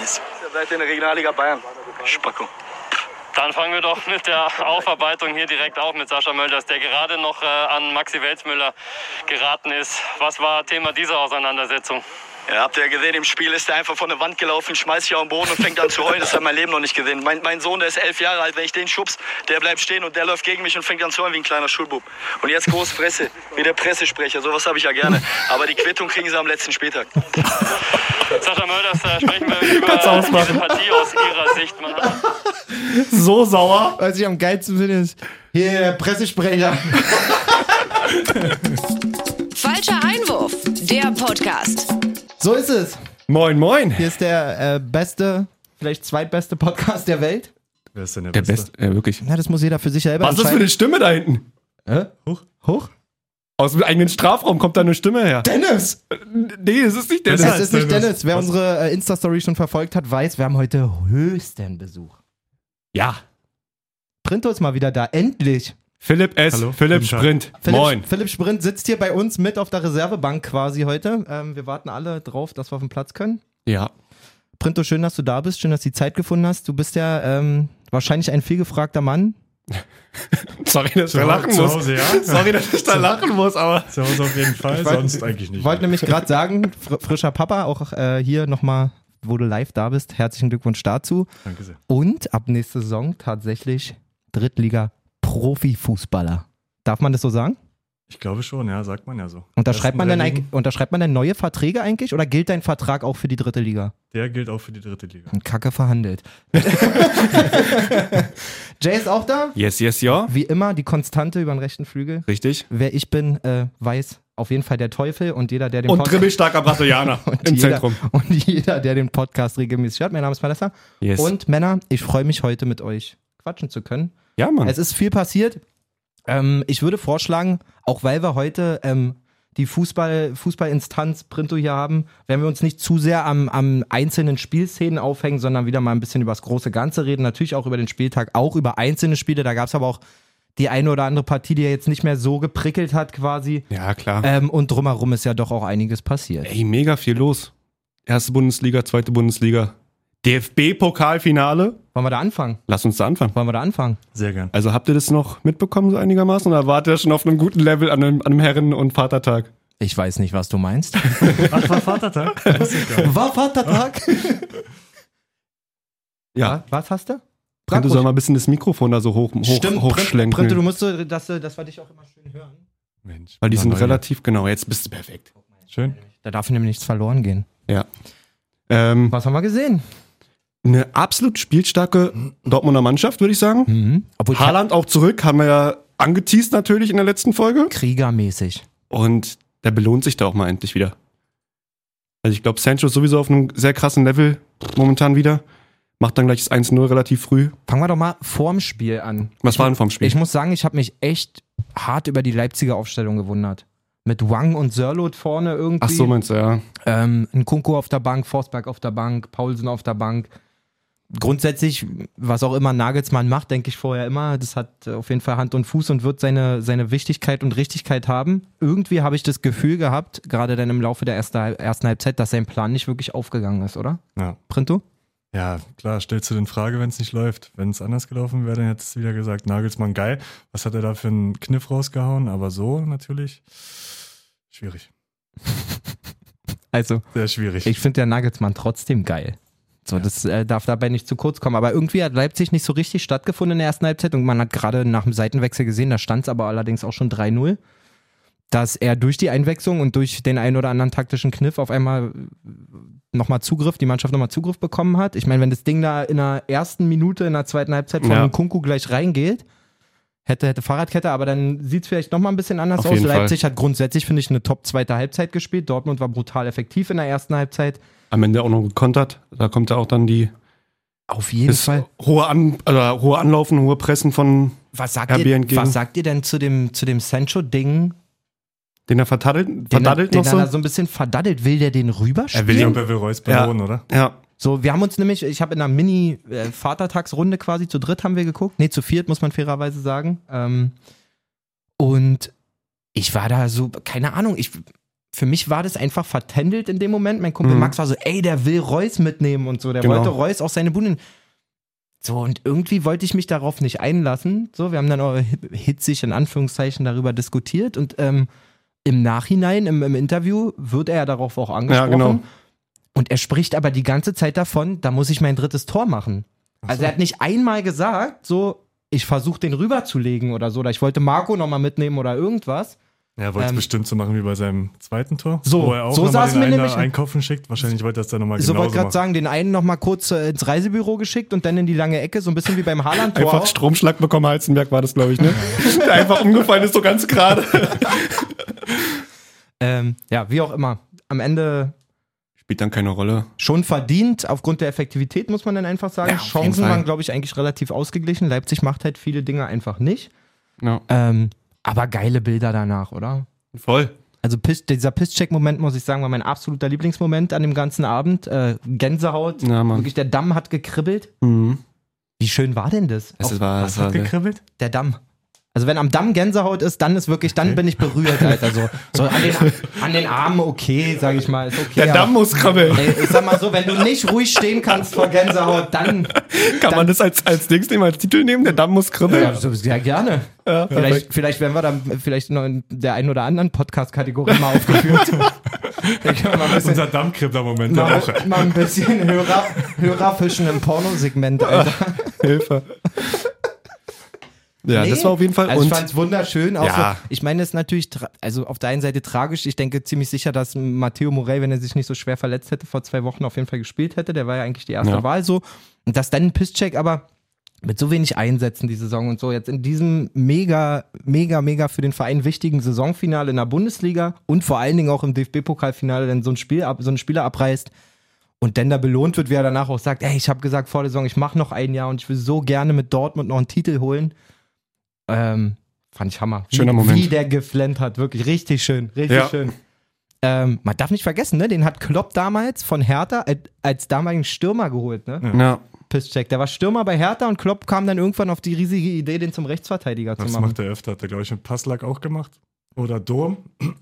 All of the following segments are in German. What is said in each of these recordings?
Ihr seid in der Regionalliga Bayern. Spacko. Dann fangen wir doch mit der Aufarbeitung hier direkt auf mit Sascha Mölders, der gerade noch äh, an Maxi Welzmüller geraten ist. Was war Thema dieser Auseinandersetzung? Ja, habt ihr gesehen, im Spiel ist er einfach von der Wand gelaufen, schmeißt sich auf den Boden und fängt an zu heulen. Das hat mein Leben noch nicht gesehen. Mein, mein Sohn, der ist elf Jahre alt, wenn ich den schubs, der bleibt stehen und der läuft gegen mich und fängt an zu heulen wie ein kleiner Schulbub. Und jetzt große Fresse, wie der Pressesprecher, sowas habe ich ja gerne. Aber die Quittung kriegen sie am letzten Spieltag. Sascha Mölders, äh, sprechen wir über Kannst du ausmachen. diese Partie aus Ihrer Sicht. Man hat So sauer. Was ich am geilsten finde, ist hier der Pressesprecher. Falscher Einwurf, der Podcast. So ist es. Moin, moin. Hier ist der äh, beste, vielleicht zweitbeste Podcast der Welt. Wer ist denn der, Der Beste? Beste, ja, wirklich. Na, das muss jeder für sich selber Was ist das für eine Stimme da hinten? eine? Hoch? Hoch? Aus dem eigenen Strafraum kommt da eine Stimme her. Dennis! Nee, es ist halt nicht der. Das Es heißt ist nicht Dennis. Dennis. Wer Was? unsere äh, Insta-Story schon verfolgt hat, weiß, wir haben heute höchsten Besuch. Ja. Printo ist mal wieder da, endlich. Philipp S. Hallo, Philipp guten Tag. Sprint. Philipp, Moin. Philipp Sprint sitzt hier bei uns mit auf der Reservebank quasi heute. Ähm, wir warten alle drauf, dass wir auf den Platz können. Ja. Printo, schön, dass du da bist, schön, dass du die Zeit gefunden hast. Du bist ja ähm, wahrscheinlich ein vielgefragter Mann. Sorry, dass ich da Zu- lachen zu muss. Hause, ja? Sorry, dass ich da lachen muss, aber. Zu Hause auf jeden Fall, wollt- sonst eigentlich nicht. Ich wollte nämlich gerade sagen, fr frischer Papa, auch äh, hier nochmal, wo du live da bist, herzlichen Glückwunsch dazu. Danke sehr. Und ab nächste Saison tatsächlich Drittliga-Profifußballer. Darf man das so sagen? Ich glaube schon, ja, sagt man ja so. Unterschreibt man, denn Ersten drei eigentlich, Ligen, unterschreibt man denn neue Verträge eigentlich oder gilt dein Vertrag auch für die dritte Liga? Der gilt auch für die dritte Liga. Und Kacke verhandelt. Jay ist auch da. Yes, yes, ja. Wie immer, die Konstante über den rechten Flügel. Richtig. Wer ich bin, äh, weiß auf jeden Fall der Teufel und jeder, der den Und Pod- dribbelstarker Brasilianer und im jeder, Zentrum. Und jeder, der den Podcast regelmäßig hört. Mein Name ist Vanessa. Yes. Und Männer, ich freue mich heute mit euch quatschen zu können. ja, Mann. Es ist viel passiert. Ähm, ich würde vorschlagen, auch weil wir heute ähm, die Fußball, Fußballinstanz Printo hier haben, werden wir uns nicht zu sehr am, am einzelnen Spielszenen aufhängen, sondern wieder mal ein bisschen über das große Ganze reden. Natürlich auch über den Spieltag, auch über einzelne Spiele. Da gab es aber auch die eine oder andere Partie, die ja jetzt nicht mehr so geprickelt hat quasi. ja, klar. Ähm, und drumherum ist ja doch auch einiges passiert. Hm. Ey, mega viel los. Erste Bundesliga, zweite Bundesliga. DFB-Pokalfinale. Wollen wir da anfangen? Lass uns da anfangen. Wollen wir da anfangen? Sehr gern. Also habt ihr das noch mitbekommen so einigermaßen oder wart ihr schon auf einem guten Level an einem, an einem Herren- und Vatertag? Ich weiß nicht, was du meinst. Ach, war Vatertag? Wusste ich gar nicht. War Vatertag? Ja. Was hast du? Print, du soll mal ein bisschen das Mikrofon da so hoch, hoch, Stimmt, Printe, hochschlenken. Printe, du musst, äh, so, dass, du- dass wir dich auch immer schön hören. Mensch. weil die Na, sind neue. relativ genau. Jetzt bist du perfekt. Schön. Da darf nämlich nichts verloren gehen. Ja. Ähm, Was haben wir gesehen? eine absolut spielstarke Dortmunder Mannschaft, würde ich sagen. Mhm. Obwohl Haaland auch zurück, haben wir ja angeteased natürlich in der letzten Folge. kriegermäßig. Und der belohnt sich da auch mal endlich wieder. Also ich glaube, Sancho ist sowieso auf einem sehr krassen Level momentan wieder. Macht dann gleich das 1-0 relativ früh. Fangen wir doch mal vorm Spiel an. Was war denn vom Spiel? Ich muss sagen, ich habe mich echt hart über die Leipziger Aufstellung gewundert. Mit Wang und Sörlot vorne irgendwie. Ach so, meinst du, ja. Ähm, ein Kunko auf der Bank, Forsberg auf der Bank, Paulsen auf der Bank. Grundsätzlich, was auch immer Nagelsmann macht, denke ich vorher immer, das hat äh, auf jeden Fall Hand und Fuß und wird seine, seine Wichtigkeit und Richtigkeit haben. Irgendwie habe ich das Gefühl gehabt, gerade dann im Laufe der ersten, Halb- ersten Halbzeit, dass sein Plan nicht wirklich aufgegangen ist, oder? Ja. Printo? ja, klar, stellst du den Frage, wenn es nicht läuft. Wenn es anders gelaufen wäre, dann hättest du wieder gesagt, Nagelsmann geil. Was hat er da für einen Kniff rausgehauen? Aber so natürlich. Schwierig. Also, Sehr schwierig. ich finde der Nagelsmann trotzdem geil. So, das äh, darf dabei nicht zu kurz kommen. Aber irgendwie hat Leipzig nicht so richtig stattgefunden in der ersten Halbzeit und man hat gerade nach dem Seitenwechsel gesehen, da stand es aber allerdings auch schon 3-0, dass er durch die Einwechslung und durch den einen oder anderen taktischen Kniff auf einmal äh, nochmal Zugriff, die Mannschaft nochmal Zugriff bekommen hat. Ich meine, wenn das Ding da in der ersten Minute, in der zweiten Halbzeit von Ja. Kunku gleich reingeht, hätte, hätte Fahrradkette, aber dann sieht es vielleicht nochmal ein bisschen anders Auf aus. jeden Fall. Leipzig hat grundsätzlich, finde ich, eine top zweite Halbzeit gespielt. Dortmund war brutal effektiv in der ersten Halbzeit. Am Ende auch noch gekontert. Da kommt ja auch dann die Auf jeden das hohe, An oder hohe Anlaufen, hohe Pressen von Was sagt, RB ihr, entgegen. was sagt ihr denn zu dem, zu dem Sancho-Ding? den er verdaddelt, Den, er- verdaddelt den noch er da so. so ein bisschen verdaddelt. Will der den rüberspielen? er will ja Bevel Reus belohnen, oder? Ja, So, wir haben uns nämlich, ich habe in einer Mini-Vatertagsrunde quasi zu dritt haben wir geguckt. Nee, zu viert muss man fairerweise sagen. Ähm, und ich war da so, keine Ahnung, ich für mich war das einfach vertändelt in dem Moment. Mein Kumpel Max war so, ey, der will Reus mitnehmen und so. Der Genau. wollte Reus auch seine Bude. So, und irgendwie wollte ich mich darauf nicht einlassen. So, wir haben dann auch hi- hitzig in Anführungszeichen darüber diskutiert und ähm, im Nachhinein, im, im Interview, wird er ja darauf auch angesprochen. genau. Und er spricht aber die ganze Zeit davon, da muss ich mein drittes Tor machen. Also er hat nicht einmal gesagt, so, ich versuche den rüberzulegen oder so, oder ich wollte Marco nochmal mitnehmen oder irgendwas. Ja, er wollte es Ähm, bestimmt so machen wie bei seinem zweiten Tor. so, wo er auch so noch mal saßen den wir einen da nämlich- einkaufen schickt. Wahrscheinlich wollte er es dann nochmal So wollte genauso gerade machen. sagen, den einen nochmal kurz äh, ins Reisebüro geschickt und dann in die lange Ecke, so ein bisschen wie beim Haaland-Tor. Einfach auch. Stromschlag bekommen, Heizenberg war das, glaube ich, ne? Der einfach umgefallen ist, so ganz gerade. Ähm, ja, wie auch immer. Am Ende Spielt dann keine Rolle. schon verdient, aufgrund der Effektivität muss man dann einfach sagen. Ja, auf jeden Chancen Fall. waren, glaube ich, eigentlich relativ ausgeglichen. Leipzig macht halt viele Dinge einfach nicht. Ja. Ähm, aber geile Bilder danach, oder? Voll. Also Piss, dieser Pisscheck-Moment, muss ich sagen, war mein absoluter Lieblingsmoment an dem ganzen Abend. Äh, Gänsehaut. Ja, Mann. Wirklich, der Damm hat gekribbelt. Mhm. Wie schön war denn das? Es war, Was es war hat sehr- gekribbelt? Der Damm. Also wenn am Damm Gänsehaut ist, dann ist wirklich, dann bin ich berührt, Alter. So, so an, den, an den Armen okay, sag ich mal. Ist okay, Der aber- Damm muss krabbeln. Ey, ich sag mal so, wenn du nicht ruhig stehen kannst vor Gänsehaut, dann. Kann man das als, als Dings nehmen, als Titel nehmen? Der Damm muss Ja, krabbeln. so- ja gerne. Ja, Vielleicht, vielleicht werden wir dann vielleicht noch in der einen oder anderen Podcast-Kategorie mal aufgeführt. da können wir mal ein bisschen, Unser Dammkribbler-Moment der Woche. mal, mal ein bisschen Hörer, Hörerfischen im Pornosegment, Alter. Hilfe. Ja, Nee. das war auf jeden Fall. Also ich und fand's wunderschön. Auch Ja. so, ich meine, es ist natürlich, tra- also auf der einen Seite tragisch. Ich denke ziemlich sicher, dass Matteo Morel, wenn er sich nicht so schwer verletzt hätte, vor zwei Wochen auf jeden Fall gespielt hätte. Der war ja eigentlich die erste Ja. Wahl so. Und dass dann ein Pisscheck aber mit so wenig Einsätzen die Saison und so jetzt in diesem mega, mega, mega für den Verein wichtigen Saisonfinale in der Bundesliga und vor allen Dingen auch im DFB-Pokalfinale dann so ein Spiel ab, so einen Spieler abreißt und dann da belohnt wird, wie er danach auch sagt, ey, ich habe gesagt vor der Saison, ich mache noch ein Jahr und ich will so gerne mit Dortmund noch einen Titel holen. Ähm, fand ich Hammer. Schöner wie, Moment. Wie der geflennt hat, wirklich richtig schön, richtig Ja. schön. Ähm, man darf nicht vergessen, ne? den hat Klopp damals von Hertha als, als damaligen Stürmer geholt, ne? ja, Pisscheck. Der war Stürmer bei Hertha und Klopp kam dann irgendwann auf die riesige Idee, den zum Rechtsverteidiger zu Das machen. macht er öfter. Hat er, glaube ich, mit Passlack auch gemacht. Oder Dom.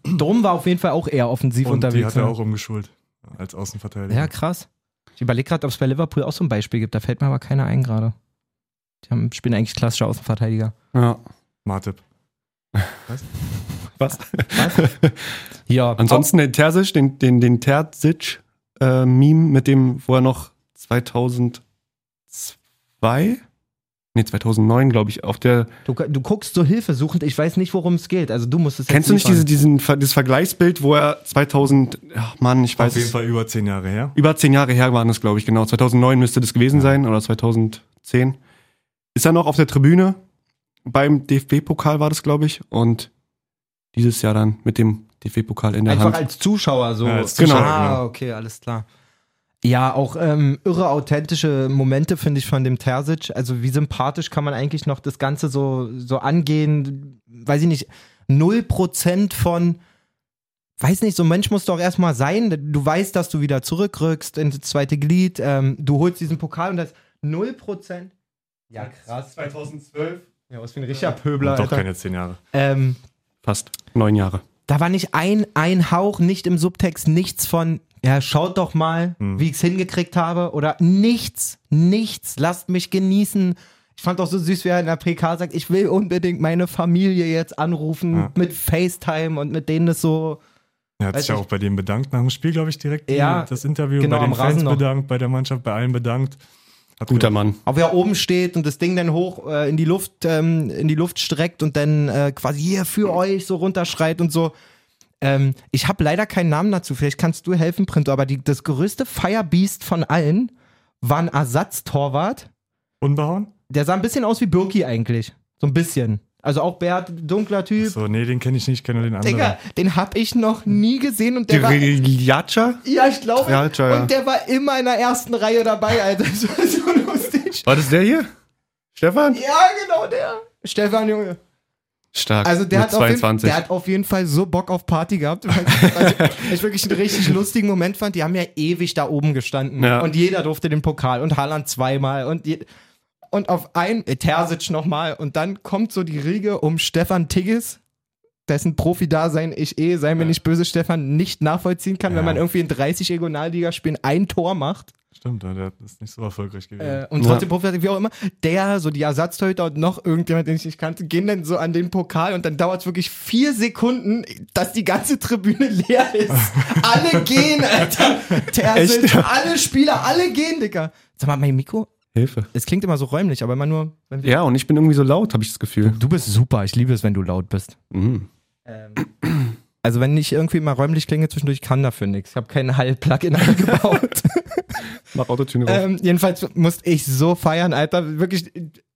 Drum war auf jeden Fall auch eher offensiv Und die unterwegs. hat er ne? auch umgeschult. Als Außenverteidiger. Ja, krass. Ich überlege gerade, ob es bei Liverpool auch so ein Beispiel gibt. Da fällt mir aber keiner ein gerade. Die haben, spielen eigentlich klassische Außenverteidiger. ja. Martip. Was? Ja, Ansonsten den Terzic, den, den, den Terzic-Meme mit dem, wo er noch 2002? Nee, 2009, glaube ich, auf der du, du guckst so hilfesuchend. Ich weiß nicht, worum es geht. Also du musst es Kennst du jetzt nicht diese, diesen, Ver- dieses Vergleichsbild, wo er 2000, ach Mann, ich weiß Auf jeden es, Fall über zehn Jahre her. über zehn Jahre her waren das, glaube ich, genau. 2009 müsste das gewesen sein oder 2010. Ist er noch auf der Tribüne? Beim DFB-Pokal war das, glaube ich. Und dieses Jahr dann mit dem DFB-Pokal in der Einfach Hand. als Zuschauer so. Ja, als Zuschauer, Ah, genau. okay, alles klar. Ja, auch ähm, irre authentische Momente finde ich von dem Terzic. Also wie sympathisch kann man eigentlich noch das Ganze so, so angehen? Weiß ich nicht, 0% von, weiß nicht, so ein Mensch muss doch erstmal sein. Du weißt, dass du wieder zurückrückst ins zweite Glied. Ähm, du holst diesen Pokal und das 0%. Ja, krass. 2012. Ja, was für ein richtiger Pöbler, Doch Alter. keine zehn Jahre. Ähm, Fast neun Jahre. da war nicht ein, ein Hauch, nicht im Subtext, nichts von, ja, schaut doch mal, wie ich es hingekriegt habe oder nichts, nichts, lasst mich genießen. Ich fand auch so süß, wie er in der PK sagt, ich will unbedingt meine Familie jetzt anrufen Ja. mit FaceTime und mit denen das so. Er hat Weiß sich ja nicht. auch bei dem bedankt nach dem Spiel, glaube ich, direkt. Ja, das Interview genau, bei am den Rasen Fans noch. bedankt, bei der Mannschaft, bei allen bedankt. Hat Guter ge- Mann. Auch wie er oben steht und das Ding dann hoch äh, in die Luft, ähm, in die Luft streckt und dann äh, quasi hier für euch so runterschreit und so. Ähm, ich habe leider keinen Namen dazu. Vielleicht kannst du helfen, Printo, aber die, das größte Firebeast von allen war ein Ersatztorwart. Unbehauen? Der sah ein bisschen aus wie Birki eigentlich. So ein bisschen. Also auch Bert, dunkler Typ. So, nee, den kenne ich nicht, ich kenne nur den anderen. Digga, den hab ich noch nie gesehen und der war. Grilliaccia? Ja, ich glaube. Ja, tja, ja. Und der war immer in der ersten Reihe dabei, Alter. Das war so lustig. War das der hier? Stefan? Ja, genau der. Stefan Junge. Stark. Also der mit hat, auf jeden, 22. der hat auf jeden Fall so Bock auf Party gehabt, weil weil ich wirklich einen richtig lustigen Moment fand. Die haben ja ewig da oben gestanden Ja. und jeder durfte den Pokal und Haaland zweimal und je, und auf ein äh, Terzic nochmal und dann kommt so die Riege um Stefan Tigges, dessen Profi-Dasein ich eh, sei mir nicht böse, Stefan, nicht nachvollziehen kann, wenn Ja. man irgendwie in 30 Regionalligaspielen ein Tor macht Stimmt, ja, der ist nicht so erfolgreich gewesen. äh, und trotzdem Profi, wie auch immer, der, so die Ersatztorhüter und noch irgendjemand, den ich nicht kannte, gehen dann so an den Pokal und dann dauert es wirklich vier Sekunden, dass die ganze Tribüne leer ist. alle gehen, Alter. Terzic, Echt? alle Spieler, alle gehen, Dicker. Sag mal, mein Mikro, Hilfe. es klingt immer so räumlich, aber immer nur, wenn wir... Ja, und ich bin irgendwie so laut, habe ich das Gefühl. Du bist super, ich liebe es, wenn du laut bist. Mhm. Also wenn ich irgendwie mal räumlich klinge zwischendurch, kann dafür nichts. Ich habe keinen Hall-Plugin eingebaut. Mach Autotune rauf. Ähm, jedenfalls musste ich so feiern, Alter. Wirklich,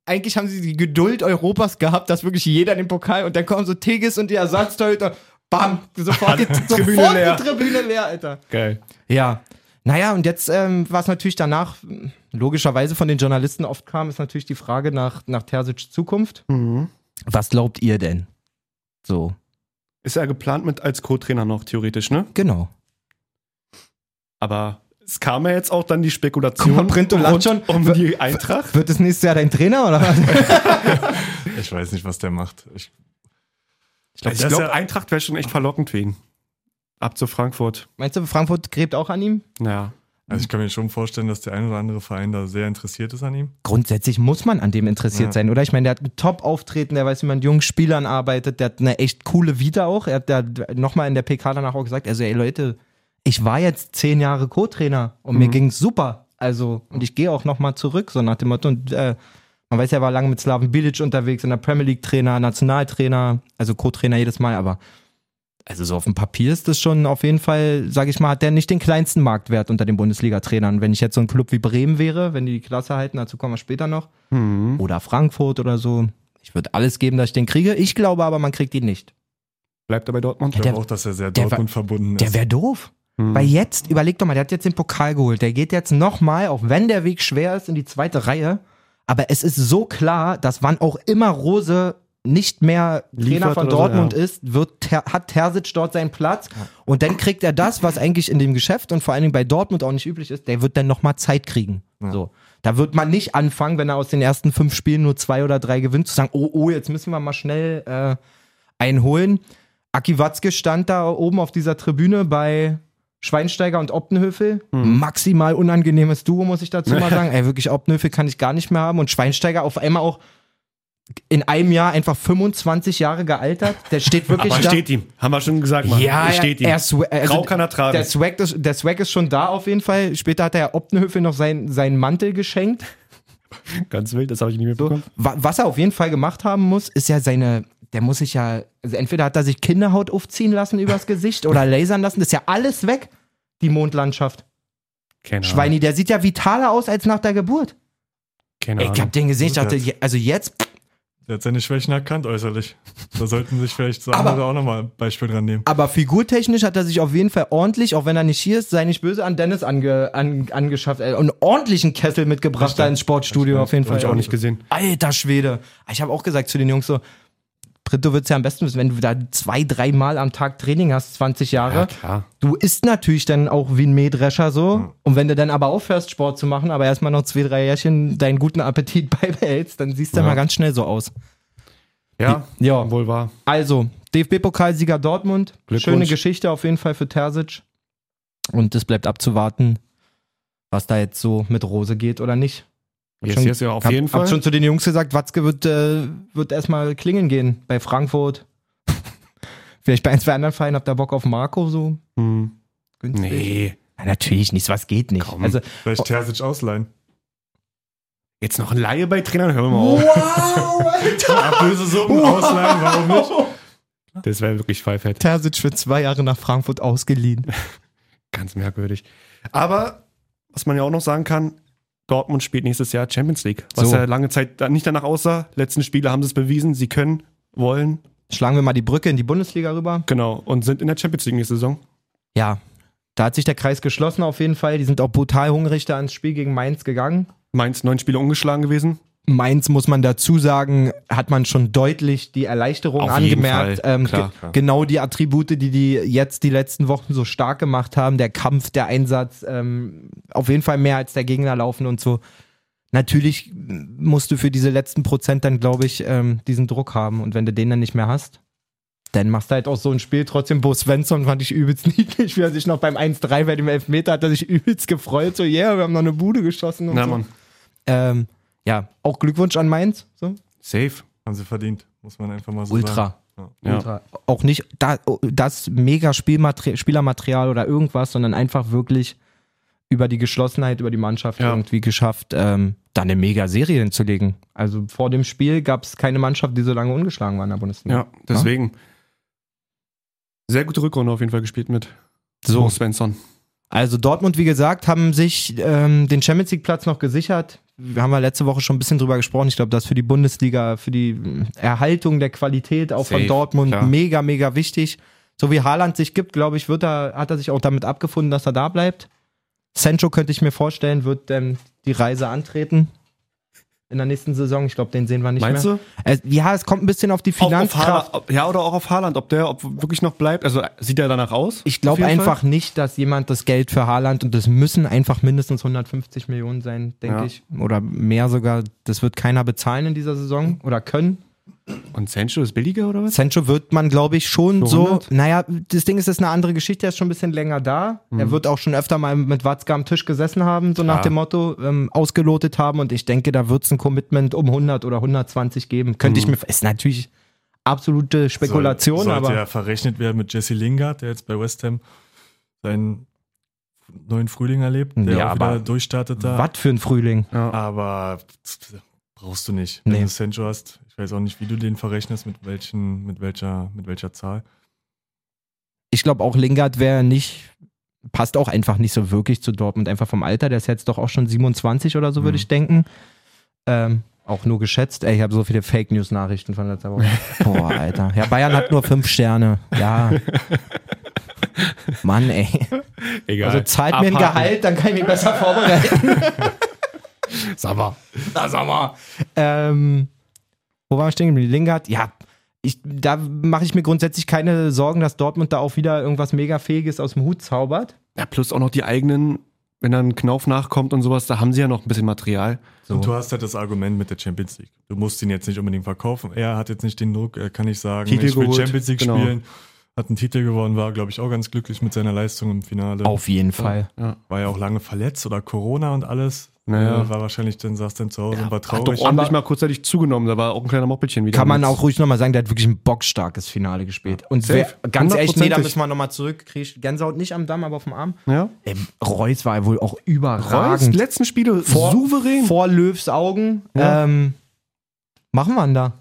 eigentlich haben sie die Geduld Europas gehabt, dass wirklich jeder den Pokal und dann kommen so Tigges und die Ersatztorhüter. Bam! Sofort, die, Tribüne sofort leer. die Tribüne leer, Alter. Geil. Ja. Naja, und jetzt ähm, war es natürlich danach, mh, logischerweise von den Journalisten oft kam, ist natürlich die Frage nach, nach Terzic's Zukunft. Was glaubt ihr denn? So, Ist ja geplant mit als Co-Trainer noch, theoretisch, ne? genau. Aber es kam ja jetzt auch dann die Spekulation Guck mal, Brinto lacht rund schon. um die Eintracht. Wird es nächstes Jahr dein Trainer oder was? Äh. Ich weiß nicht, was der macht. Ich, ich Ich glaube, Eintracht wäre schon echt verlockend für ihn. Ab zu Frankfurt. Meinst du, Frankfurt gräbt auch an ihm? Naja. also Mhm. ich kann mir schon vorstellen, dass der ein oder andere Verein da sehr interessiert ist an ihm. grundsätzlich muss man an dem interessiert Ja. sein, oder? Ich meine, der hat ein Top-Auftreten, der weiß, wie man mit jungen Spielern arbeitet, der hat eine echt coole Vita auch. Er hat ja nochmal in der PK danach auch gesagt, also ey Leute, ich war jetzt zehn Jahre Co-Trainer und mir ging's super. Also, und ich gehe auch nochmal zurück, so nach dem Motto, und, äh, man weiß ja, er war lange mit Slaven Bilic unterwegs, in der Premier League Trainer, Nationaltrainer, also Co-Trainer jedes Mal, aber also so auf dem Papier ist das schon auf jeden Fall, sage ich mal, hat der nicht den kleinsten Marktwert unter den Bundesliga-Trainern. Wenn ich jetzt so ein Club wie Bremen wäre, wenn die die Klasse halten, dazu kommen wir später noch, oder Frankfurt oder so, ich würde alles geben, dass ich den kriege. Ich glaube aber, man kriegt ihn nicht. Bleibt er bei Dortmund? Mhm. Ich Der- glaube auch, dass er sehr der war- Dortmund verbunden Der ist. wäre doof. Weil jetzt, überleg doch mal, der hat jetzt den Pokal geholt. Der geht jetzt nochmal, auch wenn der Weg schwer ist, in die zweite Reihe. Aber es ist so klar, dass wann auch immer Rose nicht mehr Trainer Liefert von oder so, Dortmund ja. ist, wird, Ter, hat Terzic dort seinen Platz. Und dann kriegt er das, was eigentlich in dem Geschäft und vor allen Dingen bei Dortmund auch nicht üblich ist. Der wird dann nochmal Zeit kriegen. So. Da wird man nicht anfangen, wenn er aus den ersten fünf Spielen nur zwei oder drei gewinnt, zu sagen, oh, oh, jetzt müssen wir mal schnell äh, einholen. Aki Watzke stand da oben auf dieser Tribüne bei Schweinsteiger und Optenhöfel. Hm. Maximal unangenehmes Duo, muss ich dazu mal sagen. Ey, wirklich, Optenhöfel kann ich gar nicht mehr haben. Und Schweinsteiger auf einmal auch in einem Jahr einfach 25 Jahre gealtert. Der steht wirklich Aber da. steht ihm. Haben wir schon gesagt, Mann. ja, steht ihm. er, er, swa- also, Grau kann er tragen. Der Swag, ist, der Swag ist schon da auf jeden Fall. Später hat der Herr Optenhöfel noch sein, seinen Mantel geschenkt. Ganz wild, das habe ich nicht mitbekommen. Wa- Was er auf jeden Fall gemacht haben muss, ist ja seine, der muss sich ja, also entweder hat er sich Kinderhaut aufziehen lassen übers Gesicht oder lasern lassen, das ist ja alles weg, die Mondlandschaft. Keine Schweini, der sieht ja vitaler aus als nach der Geburt. Keine Ey, ich hab den gesehen, ich dachte, je- also jetzt, Der hat seine Schwächen erkannt äußerlich. Da sollten sich vielleicht so Aber- andere auch nochmal ein Beispiel dran nehmen. aber figurtechnisch hat er sich auf jeden Fall ordentlich, auch wenn er nicht hier ist, sei nicht böse, an Dennis ange, an, angeschafft. Ey, einen ordentlichen Kessel mitgebracht da ins Sportstudio auf jeden Fall. Habe ich auch nicht gesehen. Alter Schwede. Ich habe auch gesagt zu den Jungs so, Britto wird's ja am besten wissen, wenn du da zwei, dreimal am Tag Training hast, 20 Jahre. klar. Du isst natürlich dann auch wie ein Mähdrescher so. Hm. Und wenn du dann aber aufhörst, Sport zu machen, aber erstmal noch zwei, drei Jährchen deinen guten Appetit beibehältst, dann siehst du mal ganz schnell so aus. Ja, Ja, wohl wahr. also, DFB-Pokalsieger Dortmund. Glückwunsch. Schöne Geschichte auf jeden Fall für Terzic. Und es bleibt abzuwarten, was da jetzt so mit Rose geht oder nicht. Hab Yes, schon- yes, ja, auf hab, jeden Fall. Hab schon zu den Jungs gesagt, Watzke wird, äh, wird erstmal klingeln gehen bei Frankfurt. Vielleicht bei ein, zwei anderen Vereinen habt ihr Bock auf Marco so. Hm. günstig. Nee, Ja, natürlich nicht, was geht nicht. Komm. Also, Vielleicht Terzic ausleihen. jetzt noch ein Laie bei Trainern, hören wir mal auf. wow, Alter! Böse Summen ausleihen, warum nicht? Das wäre wirklich Pfeifett. Terzic für zwei Jahre nach Frankfurt ausgeliehen. Ganz merkwürdig. Aber, was man ja auch noch sagen kann, Dortmund spielt nächstes Jahr Champions League. Was So. ja lange Zeit da- nicht danach aussah. Letzten Spiele haben sie es bewiesen, sie können, wollen, Schlagen wir mal die Brücke in die Bundesliga rüber. genau. Und sind in der Champions League nächste Saison. Ja, da hat sich der Kreis geschlossen auf jeden Fall. Die sind auch brutal hungrig da ins Spiel gegen Mainz gegangen. Mainz neun Spiele ungeschlagen gewesen. Mainz muss man dazu sagen, hat man schon deutlich die Erleichterung Auf jeden angemerkt. Fall, Ähm, klar. ge- Genau die Attribute, die die jetzt die letzten Wochen so stark gemacht haben, der Kampf, der Einsatz, ähm, auf jeden Fall mehr als der Gegner laufen und so. Natürlich musst du für diese letzten Prozent dann, glaube ich, ähm, diesen Druck haben und wenn du den dann nicht mehr hast, dann machst du halt auch so ein Spiel. Trotzdem, Bo Svensson fand ich übelst niedlich, wie er sich noch beim 1-3 bei dem Elfmeter hat, er sich übelst gefreut. So, yeah, wir haben noch eine Bude geschossen. Und Na, so. Mann. Ähm, ja, auch Glückwunsch an Mainz. So. Safe. Haben sie verdient, muss man einfach mal so sagen. Ultra. Ja. Ultra. Auch nicht da, oh, das mega Spielmater Spielermaterial oder irgendwas, sondern einfach wirklich über die Geschlossenheit, über die Mannschaft Ja. irgendwie geschafft, ähm, da eine mega Serie hinzulegen. Also vor dem Spiel gab es keine Mannschaft, die so lange ungeschlagen war in der Bundesliga. Ja, deswegen. Sehr gute Rückrunde auf jeden Fall gespielt mit So. Mo Svensson. Also Dortmund, wie gesagt, haben sich ähm, den Champions League Platz noch gesichert. Wir haben ja letzte Woche schon ein bisschen drüber gesprochen. Ich glaube, das ist für die Bundesliga, für die mh, Erhaltung der Qualität auch Safe, von Dortmund klar. mega, mega wichtig. So wie Haaland sich gibt, glaube ich, wird er, hat er sich auch damit abgefunden, dass er da bleibt. Sancho könnte ich mir vorstellen, wird ähm, die Reise antreten in der nächsten Saison. Ich glaube, den sehen wir nicht Meinst mehr. du? Äh, ja, es kommt ein bisschen auf die Auch auf Finanzkraft Haaland, ob- ja, oder auch auf Haaland, ob der ob wirklich noch bleibt. Also äh, sieht er danach aus? Ich Auf glaube jeden einfach Fall. nicht, dass jemand das Geld für Haaland und das müssen einfach mindestens 150 Millionen sein, denke Ja. ich. Oder mehr sogar. Das wird keiner bezahlen in dieser Mhm. Saison oder können. Und Sancho ist billiger oder was? Sancho wird man, glaube ich, schon Für so. 100? Naja, das Ding ist, das ist eine andere Geschichte. Er ist schon ein bisschen länger da. Mhm. Er wird auch schon öfter mal mit Watzke am Tisch gesessen haben, so nach Klar. dem Motto, ähm, ausgelotet haben. Und ich denke, da wird es ein Commitment um 100 oder 120 geben. Könnte Mhm. ich mir. Ist natürlich absolute Spekulation, Soll, sollte aber. ja verrechnet werden mit Jesse Lingard, der jetzt bei West Ham seinen neuen Frühling erlebt, der Ja, auch wieder aber durchstartet da. Was für ein Frühling. Aber brauchst du nicht. Nee. Wenn du Sancho hast, ich weiß auch nicht, wie du den verrechnest, mit welchen, mit welcher, mit welcher Zahl. ich glaube auch Lingard wäre nicht, passt auch einfach nicht so wirklich zu Dortmund, einfach vom Alter. Der ist jetzt doch auch schon 27 oder so, würde ich denken. Ähm, auch nur geschätzt. Ey, ich habe so viele Fake News-Nachrichten von letzter Woche. Boah, Alter. Ja, Bayern hat nur fünf Sterne. Ja. Mann, ey. Egal. Also zahlt mir ein Gehalt, dann kann ich mich besser vorbereiten. Sag mal. sag mal. ähm, wo war ich stehen geblieben? Lingard? Ja. Ich, da mache ich mir grundsätzlich keine Sorgen, dass Dortmund da auch wieder irgendwas mega Fähiges aus dem Hut zaubert. Ja, plus auch noch die eigenen, wenn dann Knauf nachkommt und sowas, da haben sie ja noch ein bisschen Material. Und du hast halt das Argument mit der Champions League. Du musst ihn jetzt nicht unbedingt verkaufen. Er hat jetzt nicht den Druck, er kann nicht sagen, Titel ich will geholt, Champions League genau. spielen. Hat einen Titel gewonnen, war, glaube ich, auch ganz glücklich mit seiner Leistung im Finale. Auf jeden Fall. War ja auch lange verletzt oder Corona und alles. Naja. Äh, War wahrscheinlich dann, saß dann zu Hause und war Hat doch traurig. ordentlich mal kurzzeitig zugenommen, da war auch ein kleiner Moppelchen wieder. Kann man mit. auch ruhig nochmal sagen, der hat wirklich ein bockstarkes Finale gespielt. Und Safe. wer, ganz ehrlich, nee, da Hundertprozentig. müssen wir nochmal zurück. Krieg Gänsehaut nicht am Damm, aber auf dem Arm. Ja? Ähm, Reus war ja wohl auch Reus, überragend. letzten Spiele Vor- souverän. Vor Löws Augen. Ja. Ähm, machen wir ihn da.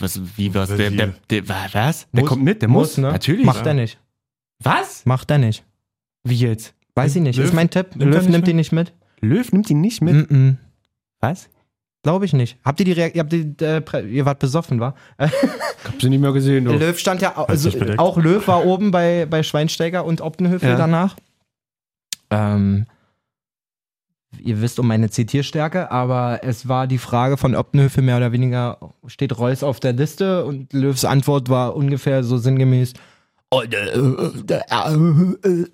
Was, wie was? Der- der- was? Der kommt mit, der muss. ne? Natürlich. ne? Macht er nicht. Was? Macht er nicht. Wie jetzt? Weiß ich nicht. Löw- ist mein Tipp. nimmt Löw er nicht nimmt mit? ihn nicht mit. Löw nimmt ihn nicht mit. Mm -mm. Was? Glaube ich nicht. Habt ihr die Reaktion, habt ihr, die, äh, Pre- ihr wart besoffen, war? Hab sie nicht mehr gesehen, du. Löw stand ja, Hast also, dich bedeckt. auch Löw war oben bei, bei Schweinsteiger und Optenhöfel Ja. danach. Ähm, ihr wisst um meine Zitierstärke, aber es war die Frage von Optenhöfel mehr oder weniger, steht Reus auf der Liste? Und Löws Antwort war ungefähr so sinngemäß, oh, äh, äh, äh, äh,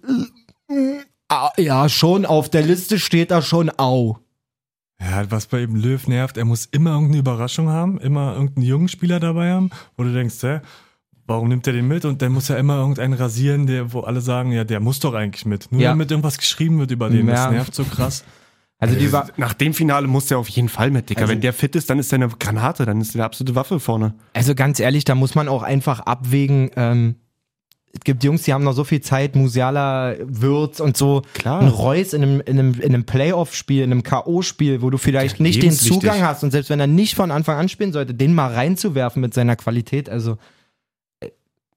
äh, ah, ja, schon auf der Liste steht er schon, au. Ja, was bei eben Löw nervt, er muss immer irgendeine Überraschung haben, immer irgendeinen jungen Spieler dabei haben, wo du denkst, hä, warum nimmt er den mit? Und dann muss er immer irgendeinen rasieren, der, wo alle sagen, ja, der muss doch eigentlich mit. Nur Ja. damit irgendwas geschrieben wird über den, Ja. das nervt so krass. Also die war, Nach dem Finale muss der auf jeden Fall mit, Dicker. Also- Wenn der fit ist, dann ist er eine Granate, dann ist er eine absolute Waffe vorne. Also ganz ehrlich, da muss man auch einfach abwägen. Ähm, es gibt Jungs, die haben noch so viel Zeit, Musiala, Würz und so. Klar. Ein Reus in einem, in einem, in einem Playoff-Spiel, in einem K.O.-Spiel, wo du vielleicht Ja, nicht den lebenswichtig. Zugang hast und selbst wenn er nicht von Anfang an spielen sollte, den mal reinzuwerfen mit seiner Qualität, also äh,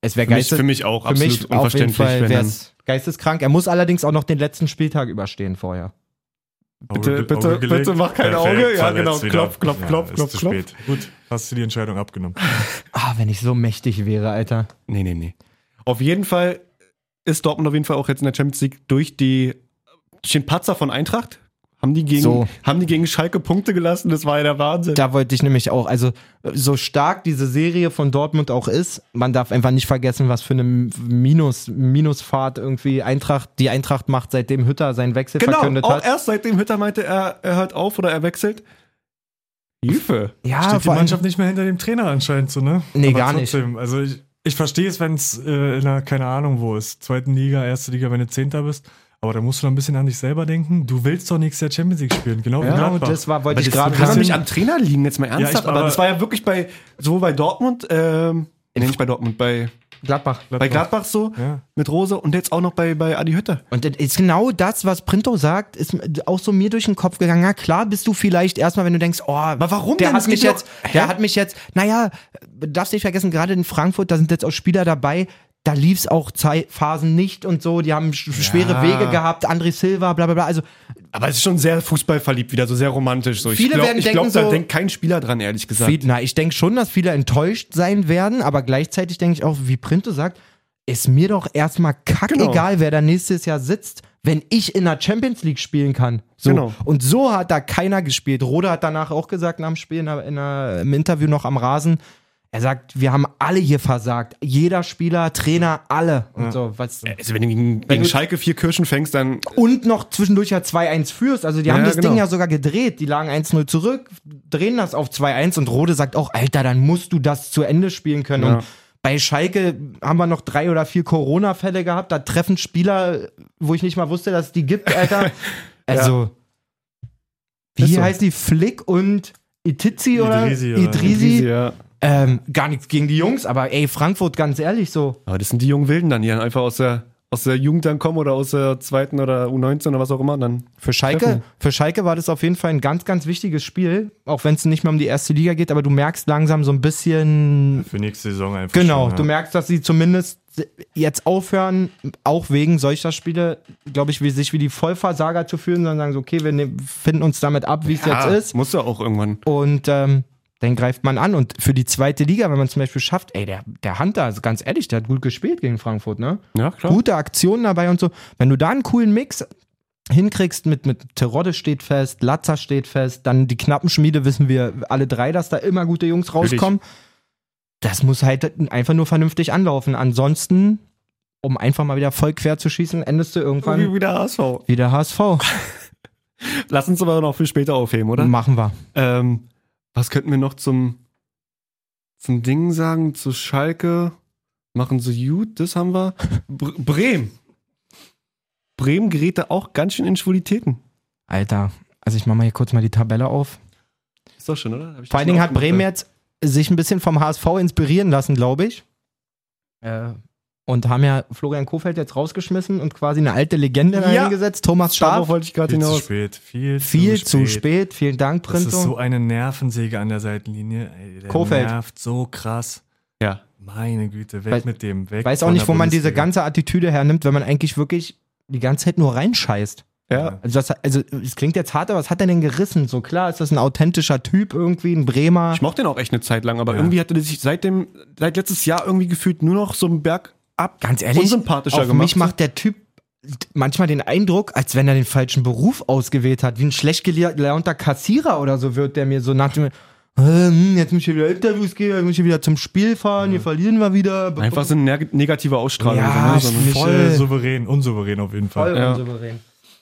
es wäre geistes auch für mich auf jeden Fall wäre es geisteskrank. Er muss allerdings auch noch den letzten Spieltag überstehen vorher. Bitte- bitte- gelegt. bitte mach kein Auge. Ja, verletzt genau. wieder. Klopf, klopf, klopf, ist klopf, zu klopf. Spät. Gut, hast du die Entscheidung abgenommen. Ah, wenn ich so mächtig wäre, Alter. Nee, nee, nee. Auf jeden Fall ist Dortmund auf jeden Fall auch jetzt in der Champions League durch die durch den Patzer von Eintracht. Haben die gegen, So. haben die gegen Schalke Punkte gelassen? Das war ja der Wahnsinn. Da wollte ich nämlich auch, also so stark diese Serie von Dortmund auch ist, man darf einfach nicht vergessen, was für eine Minus, Minusfahrt irgendwie Eintracht, die Eintracht macht, seitdem Hütter seinen Wechsel verkündet Genau, auch hat. erst seitdem Hütter meinte, er, er hört auf oder er wechselt. Hilfe. ja, Steht die Ah, vor allem- Mannschaft nicht mehr hinter dem Trainer anscheinend so, ne? Nee, gar nicht. nicht. Also ich, ich verstehe es, wenn es äh, in einer, keine Ahnung wo ist, zweiten Liga, erste Liga, wenn du Zehnter bist. Aber da musst du noch ein bisschen an dich selber denken. Du willst doch nächstes Jahr Champions League spielen, genau wie Genau, Gladbach. das war, wollte Aber ich das gerade kann doch bisschen- nicht am Trainer liegen, jetzt mal ernsthaft. ich- aber, aber- das war ja wirklich bei, sowohl bei Dortmund, ähm, nee, nicht bei Dortmund, bei, Gladbach. bei Gladbach so, Ja. mit Rose und jetzt auch noch bei, bei Adi Hütter. Und das ist genau das, was Printo sagt, ist auch so mir durch den Kopf gegangen. Na klar bist du vielleicht erstmal, wenn du denkst, oh, aber warum der denn? Hat Es mich gibt jetzt, doch- der Hä? hat mich jetzt, naja, äh, darfst nicht vergessen, gerade in Frankfurt, da sind jetzt auch Spieler dabei, da lief es auch Zeit, Phasen nicht und so, die haben sch schwere Wege gehabt, André Silva, bla bla bla. Also Aber es ist schon sehr fußballverliebt wieder, so sehr romantisch. So. Viele ich glaube, werden glaub, denken da so- denkt kein Spieler dran, ehrlich gesagt. Viel, na, ich denke schon, dass viele enttäuscht sein werden, aber gleichzeitig denke ich auch, wie Printo sagt, ist mir doch erstmal kackegal, wer da nächstes Jahr sitzt, wenn ich in der Champions League spielen kann. So. Genau. Und so hat da keiner gespielt. Rode hat danach auch gesagt, nach dem Spiel in der, in der, im Interview noch am Rasen, er sagt, wir haben alle hier versagt. Jeder Spieler, Trainer, alle. Und so, was. Also wenn du gegen, gegen du- Schalke vier Kirschen fängst, dann Und noch zwischendurch ja 2-1 führst. Also die haben Ja, das genau. Ding ja sogar gedreht. Die lagen 1-0 zurück, drehen das auf 2-1 und Rode sagt auch, Alter, dann musst du das zu Ende spielen können. Ja. Und bei Schalke haben wir noch drei oder vier Corona-Fälle gehabt. Da treffen Spieler, wo ich nicht mal wusste, dass es die gibt, Alter. Also, wie Ist so. heißen die? Flick und Itizi oder? Idrisi, oder? Idrisi. ja. Ähm, gar nichts gegen die Jungs, aber ey, Frankfurt, ganz ehrlich, so. Aber das sind die jungen Wilden dann, die dann einfach aus der, aus der Jugend dann kommen oder aus der zweiten oder U19 oder was auch immer. Dann Für Schalke, Treffen. für Schalke war das auf jeden Fall ein ganz, ganz wichtiges Spiel, auch wenn es nicht mehr um die erste Liga geht, aber du merkst langsam so ein bisschen. Für nächste Saison einfach. Genau, schon, du merkst, dass sie zumindest jetzt aufhören, auch wegen solcher Spiele, glaube ich, wie, sich wie die Vollversager zu fühlen, sondern sagen so, okay, wir ne, finden uns damit ab, wie es jetzt ist. Ah, musst du auch irgendwann. Und ähm, dann greift man an. Und für die zweite Liga, wenn man zum Beispiel schafft, ey, der, der Hunter, also ganz ehrlich, der hat gut gespielt gegen Frankfurt, ne? Ja, klar. gute Aktionen dabei und so. Wenn du da einen coolen Mix hinkriegst mit, mit Terodde steht fest, Latza steht fest, dann die knappen Schmiede wissen wir alle drei, dass da immer gute Jungs rauskommen. Das muss halt einfach nur vernünftig anlaufen. Ansonsten, um einfach mal wieder voll quer zu schießen, endest du irgendwann wieder HSV. wieder HSV. Lass uns aber noch viel später aufheben, oder? Machen wir. Ähm, was könnten wir noch zum, zum Ding sagen? Zu Schalke machen sie gut, das haben wir. Br Bremen. Bremen gerät da auch ganz schön in Schwulitäten. Alter, also ich mach mal hier kurz mal die Tabelle auf. Ist doch schön, oder? Hab ich Vor das allen Dingen schon hat Bremen aufgemacht? jetzt sich ein bisschen vom HSV inspirieren lassen, glaube ich. Äh, und haben ja Florian Kofeld jetzt rausgeschmissen und quasi eine alte Legende Ja. eingesetzt. Thomas Darauf Schaaf. wollte ich gerade Viel zu hinaus. spät. Viel, halt Viel zu spät. Vielen Dank, Das Printo. ist so eine Nervensäge an der Seitenlinie. Ey, der Kofeld. nervt so krass. Ja. Meine Güte, weg Weiß- mit dem. Weg ich weiß auch von nicht, der wo man diese Bundesliga. ganze Attitüde hernimmt, wenn man eigentlich wirklich die ganze Zeit nur reinscheißt. Ja. Also, das, also es klingt jetzt hart, aber was hat er denn gerissen? So klar ist das ein authentischer Typ irgendwie, ein Bremer. Ich mochte den auch echt eine Zeit lang, aber Ja. irgendwie hat er sich seit, dem, seit letztes Jahr irgendwie gefühlt nur noch so einen Berg ab. Ganz ehrlich, unsympathischer auf gemacht. mich macht der Typ manchmal den Eindruck, als wenn er den falschen Beruf ausgewählt hat, wie ein schlecht gelaunter Kassierer oder so wird, der mir so nach dem äh, hm, jetzt muss ich hier wieder Interviews gehen, jetzt muss ich hier wieder zum Spiel fahren, hier verlieren wir wieder. Einfach so eine neg- negative Ausstrahlung. so, ne? Ja, ich- so Nicht Voll. äh, souverän, unsouverän auf jeden Fall. voll Ja. unsouverän.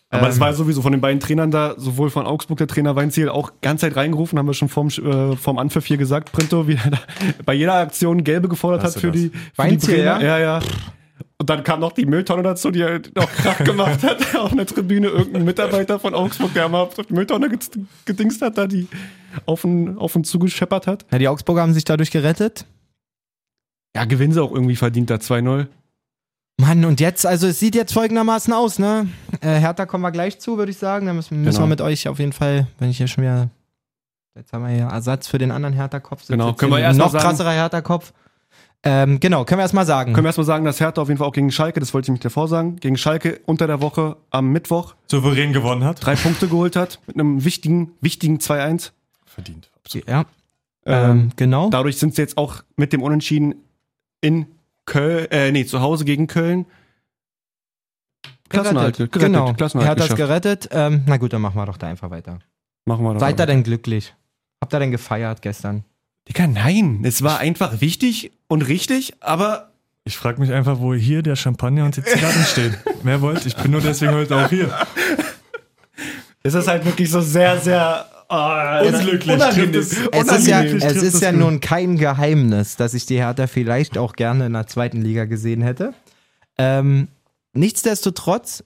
eine, Ähm, aber das war sowieso von den beiden Trainern da, sowohl von Augsburg, der Trainer Weinziel, auch ganz Zeit reingerufen, haben wir schon vorm, Sch- äh, vorm Anpfiff hier gesagt, Printo, wie er da bei jeder Aktion gelbe gefordert Hast hat du für das? die, für Weinziel, die Trainer. ja? Ja, ja. Und dann kam noch die Mülltonne dazu, die er noch Krach gemacht hat auf einer Tribüne. Irgendein Mitarbeiter von Augsburg, der mal auf die Mülltonne gez- gedingst hat, da die auf ihn, auf ihn zugescheppert hat. Ja, die Augsburger haben sich dadurch gerettet. Ja, gewinnen sie auch irgendwie verdient da 2-0. Mann, und jetzt, also es sieht jetzt folgendermaßen aus, ne? Äh, Hertha kommen wir gleich zu, würde ich sagen. Da müssen, müssen wir Genau. mit euch auf jeden Fall, wenn ich hier schon wieder. Jetzt haben wir hier Ersatz für den anderen Hertha-Kopf. sitzt Genau, jetzt können hier wir ein erst mal Noch sagen- krasserer Hertha-Kopf. Ähm, genau, können wir erstmal sagen. Können wir erstmal sagen, dass Hertha auf jeden Fall auch gegen Schalke, das wollte ich nicht davor sagen, gegen Schalke unter der Woche am Mittwoch Souverän gewonnen hat. drei Punkte geholt hat mit einem wichtigen, wichtigen 2-1. Verdient. Absolut. ja, Ähm, ähm, genau. dadurch sind sie jetzt auch mit dem Unentschieden in Köln, äh, nee, zu Hause gegen Köln. Klassenerhalt, Gerettet. gerettet, Genau, Klassenerhalt Hertha ist geschafft. gerettet. Ähm, na gut, dann machen wir doch da einfach weiter. Machen wir doch. Seid ihr denn glücklich? Habt ihr denn gefeiert gestern? Digga, nein. Es war einfach wichtig und richtig, aber Ich frage mich einfach, wo hier der Champagner und die Zigarren stehen. Mehr wollt, ich bin nur deswegen heute auch hier. es ist halt wirklich so sehr, sehr Unglücklich. Trifft es, Es ist ja, unangenehm. es Trifft ist ja gut. nun kein Geheimnis, dass ich die Hertha vielleicht auch gerne in der zweiten Liga gesehen hätte. Ähm, nichtsdestotrotz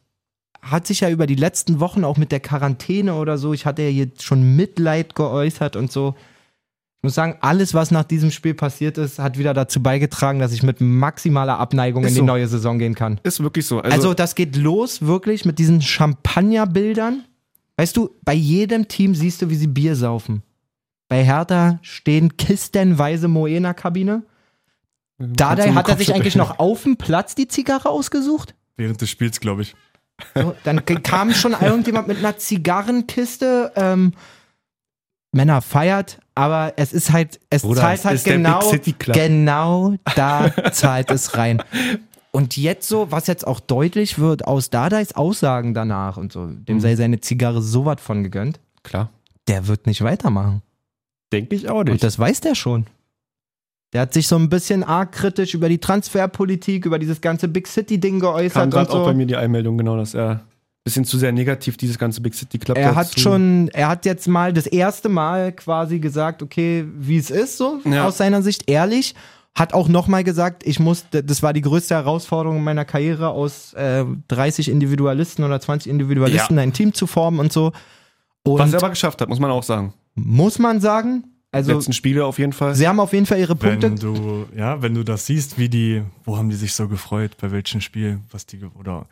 hat sich ja über die letzten Wochen auch mit der Quarantäne oder so, ich hatte ja jetzt schon Mitleid geäußert und so. Ich muss sagen, alles, was nach diesem Spiel passiert ist, hat wieder dazu beigetragen, dass ich mit maximaler Abneigung Ist in die so. neue Saison gehen kann. Ist wirklich so. Also, Also, das geht los wirklich mit diesen Champagnerbildern. Weißt du, bei jedem Team siehst du, wie sie Bier saufen. Bei Hertha stehen kistenweise Moena-Kabine. kannst Dadei du hat er sich Kopfschütteln. eigentlich noch auf dem Platz die Zigarre ausgesucht. Während des Spiels, glaube ich. So, dann k- kam schon irgendjemand mit einer Zigarrenkiste. Ähm, Männer feiert, aber es ist halt, es Bruder, zahlt es halt ist der Big genau, City Club. genau da zahlt es rein. Und jetzt so, was jetzt auch deutlich wird aus Dardais Aussagen danach und so, dem sei seine Zigarre so was von gegönnt, Mhm. klar. der wird nicht weitermachen. Denke ich auch Und das weiß der schon. Der hat sich so ein bisschen arg kritisch über die Transferpolitik, über dieses ganze Big City-Ding Kam geäußert und gerade halt so. auch bei mir die Einmeldung, genau, dass er ein bisschen zu sehr negativ dieses ganze Big City Club er hat dazu- schon, er hat jetzt mal das erste Mal quasi gesagt, okay, wie es ist, so Ja. aus seiner Sicht ehrlich. Hat auch nochmal gesagt, ich muss, d- das war die größte Herausforderung meiner Karriere, aus äh, 30 Individualisten oder 20 Individualisten ein Team zu formen und so. Was Und er aber geschafft hat, muss man auch sagen. muss man sagen, also Letzten Spiele auf jeden Fall. sie haben auf jeden Fall ihre Punkte. Wenn du, ja, wenn du das siehst, wie die, wo haben die sich so gefreut, bei welchem Spiel, was die, ge- oder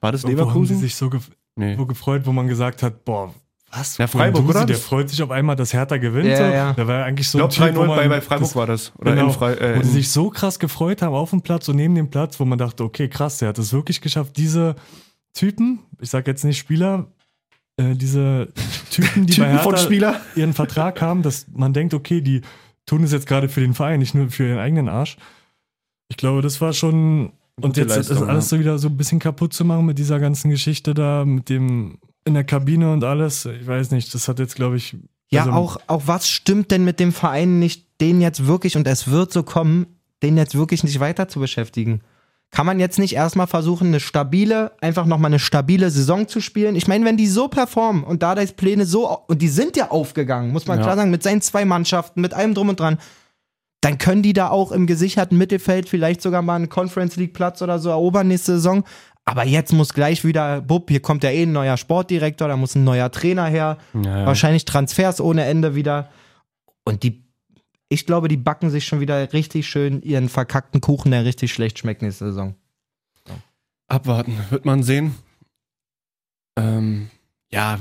War das wo haben die Leverkusen? sich so gef Nee. wo gefreut, wo man gesagt hat, boah, was? Ja, Freiburg, Guendouzi, oder? Der freut sich auf einmal, dass Hertha gewinnt. Ja, so. ja. Da war ja eigentlich Ich so glaube Typ, wo 3-0 bei, man- bei Freiburg das- war das. Oder genau. in Frei, äh, wo sie in- sich so krass gefreut haben auf dem Platz und neben dem Platz, wo man dachte, okay, krass, der hat es wirklich geschafft, diese Typen, ich sag jetzt nicht Spieler, äh, diese Typen, die bei Typen Hertha von Spieler. ihren Vertrag haben, dass man denkt, okay, die tun es jetzt gerade für den Verein, nicht nur für ihren eigenen Arsch. Ich glaube, das war schon. Und Gute jetzt ist Leistung, alles ja. so wieder so ein bisschen kaputt zu machen mit dieser ganzen Geschichte da, mit dem in der Kabine und alles. Ich weiß nicht, das hat jetzt, glaube ich. Ja, also- auch, auch was stimmt denn mit dem Verein nicht, den jetzt wirklich, und es wird so kommen, den jetzt wirklich nicht weiter zu beschäftigen? Kann man jetzt nicht erstmal versuchen, eine stabile, einfach nochmal eine stabile Saison zu spielen? Ich meine, wenn die so performen und Dardais Pläne so, au- und die sind ja aufgegangen, muss man Ja. klar sagen, mit seinen zwei Mannschaften, mit allem drum und dran, dann können die da auch im gesicherten Mittelfeld vielleicht sogar mal einen Conference League Platz oder so erobern nächste Saison. Aber jetzt muss gleich wieder, bupp, hier kommt ja eh ein neuer Sportdirektor, da muss ein neuer Trainer her. Ja, ja. Wahrscheinlich Transfers ohne Ende wieder. Und die, ich glaube, die backen sich schon wieder richtig schön ihren verkackten Kuchen, der richtig schlecht schmeckt nächste Saison. Abwarten, wird man sehen. Ähm, ja,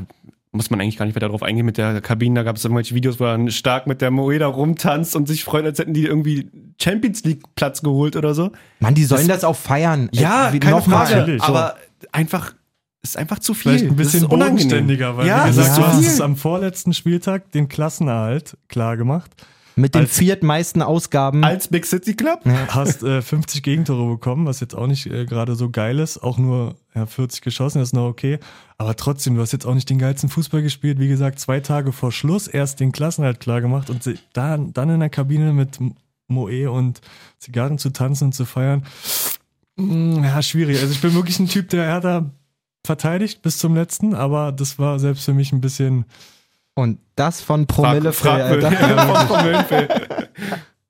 muss man eigentlich gar nicht weiter darauf eingehen mit der Kabine. Da gab es irgendwelche Videos, wo dann stark mit der Moeda rumtanzt und sich freut, als hätten die irgendwie Champions League Platz geholt oder so. Mann, die sollen das, auch feiern. Ja, Äh, wie- keine nochmal. Frage. Natürlich, so. Aber einfach, ist einfach zu viel. Vielleicht ein Das bisschen ist unangenehm. bodenständiger, weil ja, das wie gesagt, ist du zu hast viel. es am vorletzten Spieltag den Klassenerhalt klar gemacht. Mit den Also- Als- viertmeisten Ausgaben. als Big City Club. hast äh, 50 Gegentore bekommen, was jetzt auch nicht äh, gerade so geil ist. Auch nur ja, 40 geschossen, das ist noch okay. Aber trotzdem, du hast jetzt auch nicht den geilsten Fußball gespielt. Wie gesagt, zwei Tage vor Schluss erst den Klassenhalt klar gemacht und sie- dann, dann in der Kabine mit M- Moe und Zigarren zu tanzen und zu feiern. Mm, Ja, schwierig. Also ich bin wirklich ein Typ, der Hertha verteidigt bis zum letzten, aber das war selbst für mich ein bisschen Und das von Promille frag- Alter.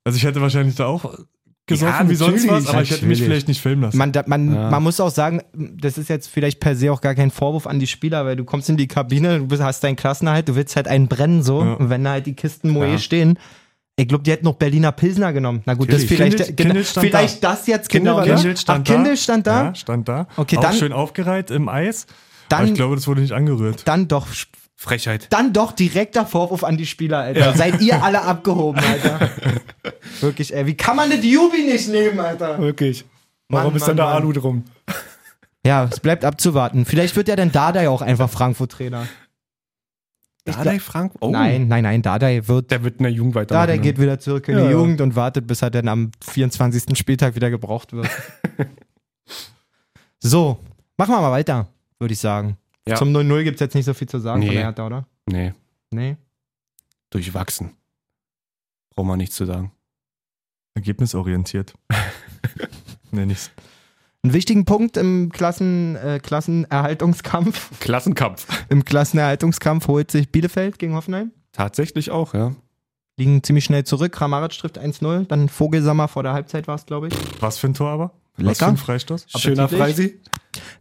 Also ich hätte wahrscheinlich da auch gesoffen Ja, wie sonst was, natürlich, aber ich hätte mich natürlich. vielleicht nicht filmen lassen. Man, da, man, Ja. man muss auch sagen, das ist jetzt vielleicht per se auch gar kein Vorwurf an die Spieler, weil du kommst in die Kabine, du bist, hast deinen Klassenerhalt, du willst halt einen brennen so. Ja. Und wenn da halt die Kisten Moe Klar. stehen, ich glaube, die hätten noch Berliner Pilsner genommen. Na gut, das Natürlich. vielleicht, Kindl- genau, Kindl stand vielleicht das jetzt Kindl genau. war da. ne? Kindle stand Ach, da. Kindl stand da? Ja, stand da. Okay, auch dann- schön aufgereiht im Eis. aber ich Dann, glaube, das wurde nicht angerührt. dann doch, Frechheit. dann doch direkter Vorwurf an die Spieler, Alter. Seid ihr alle abgehoben, Alter. Wirklich, ey, wie kann man das Jubi nicht nehmen, Alter? Wirklich. Warum Mann, ist dann Mann, da Mann. Alu drum? Ja, es bleibt abzuwarten. Vielleicht wird ja dann Dardai auch einfach Frankfurt-Trainer. Ich Dardai Frank? Oh. Nein, nein, nein, Dardai wird Der wird in der Jugend weiter. Da, der geht wieder zurück in Ja, die ja. Jugend und wartet, bis er dann am 24. Spieltag wieder gebraucht wird. so, machen wir mal weiter, würde ich sagen. Ja. Zum 0-0 gibt es jetzt nicht so viel zu sagen von Nee. der Hertha, oder? Nee, Nee. durchwachsen. Braucht man nichts zu sagen. Ergebnisorientiert. Nenn ich's. Einen wichtigen Punkt im Klassen, äh, Klassenerhaltungskampf, Klassenkampf. im Klassenerhaltungskampf holt sich Bielefeld gegen Hoffenheim. Tatsächlich auch, ja. Liegen ziemlich schnell zurück. Kramaric trifft 1-0. Dann Vogelsammer vor der Halbzeit war es, glaube ich. Was für ein Tor aber? Was für Lecker. ein Freistoß? Schöner Freisi.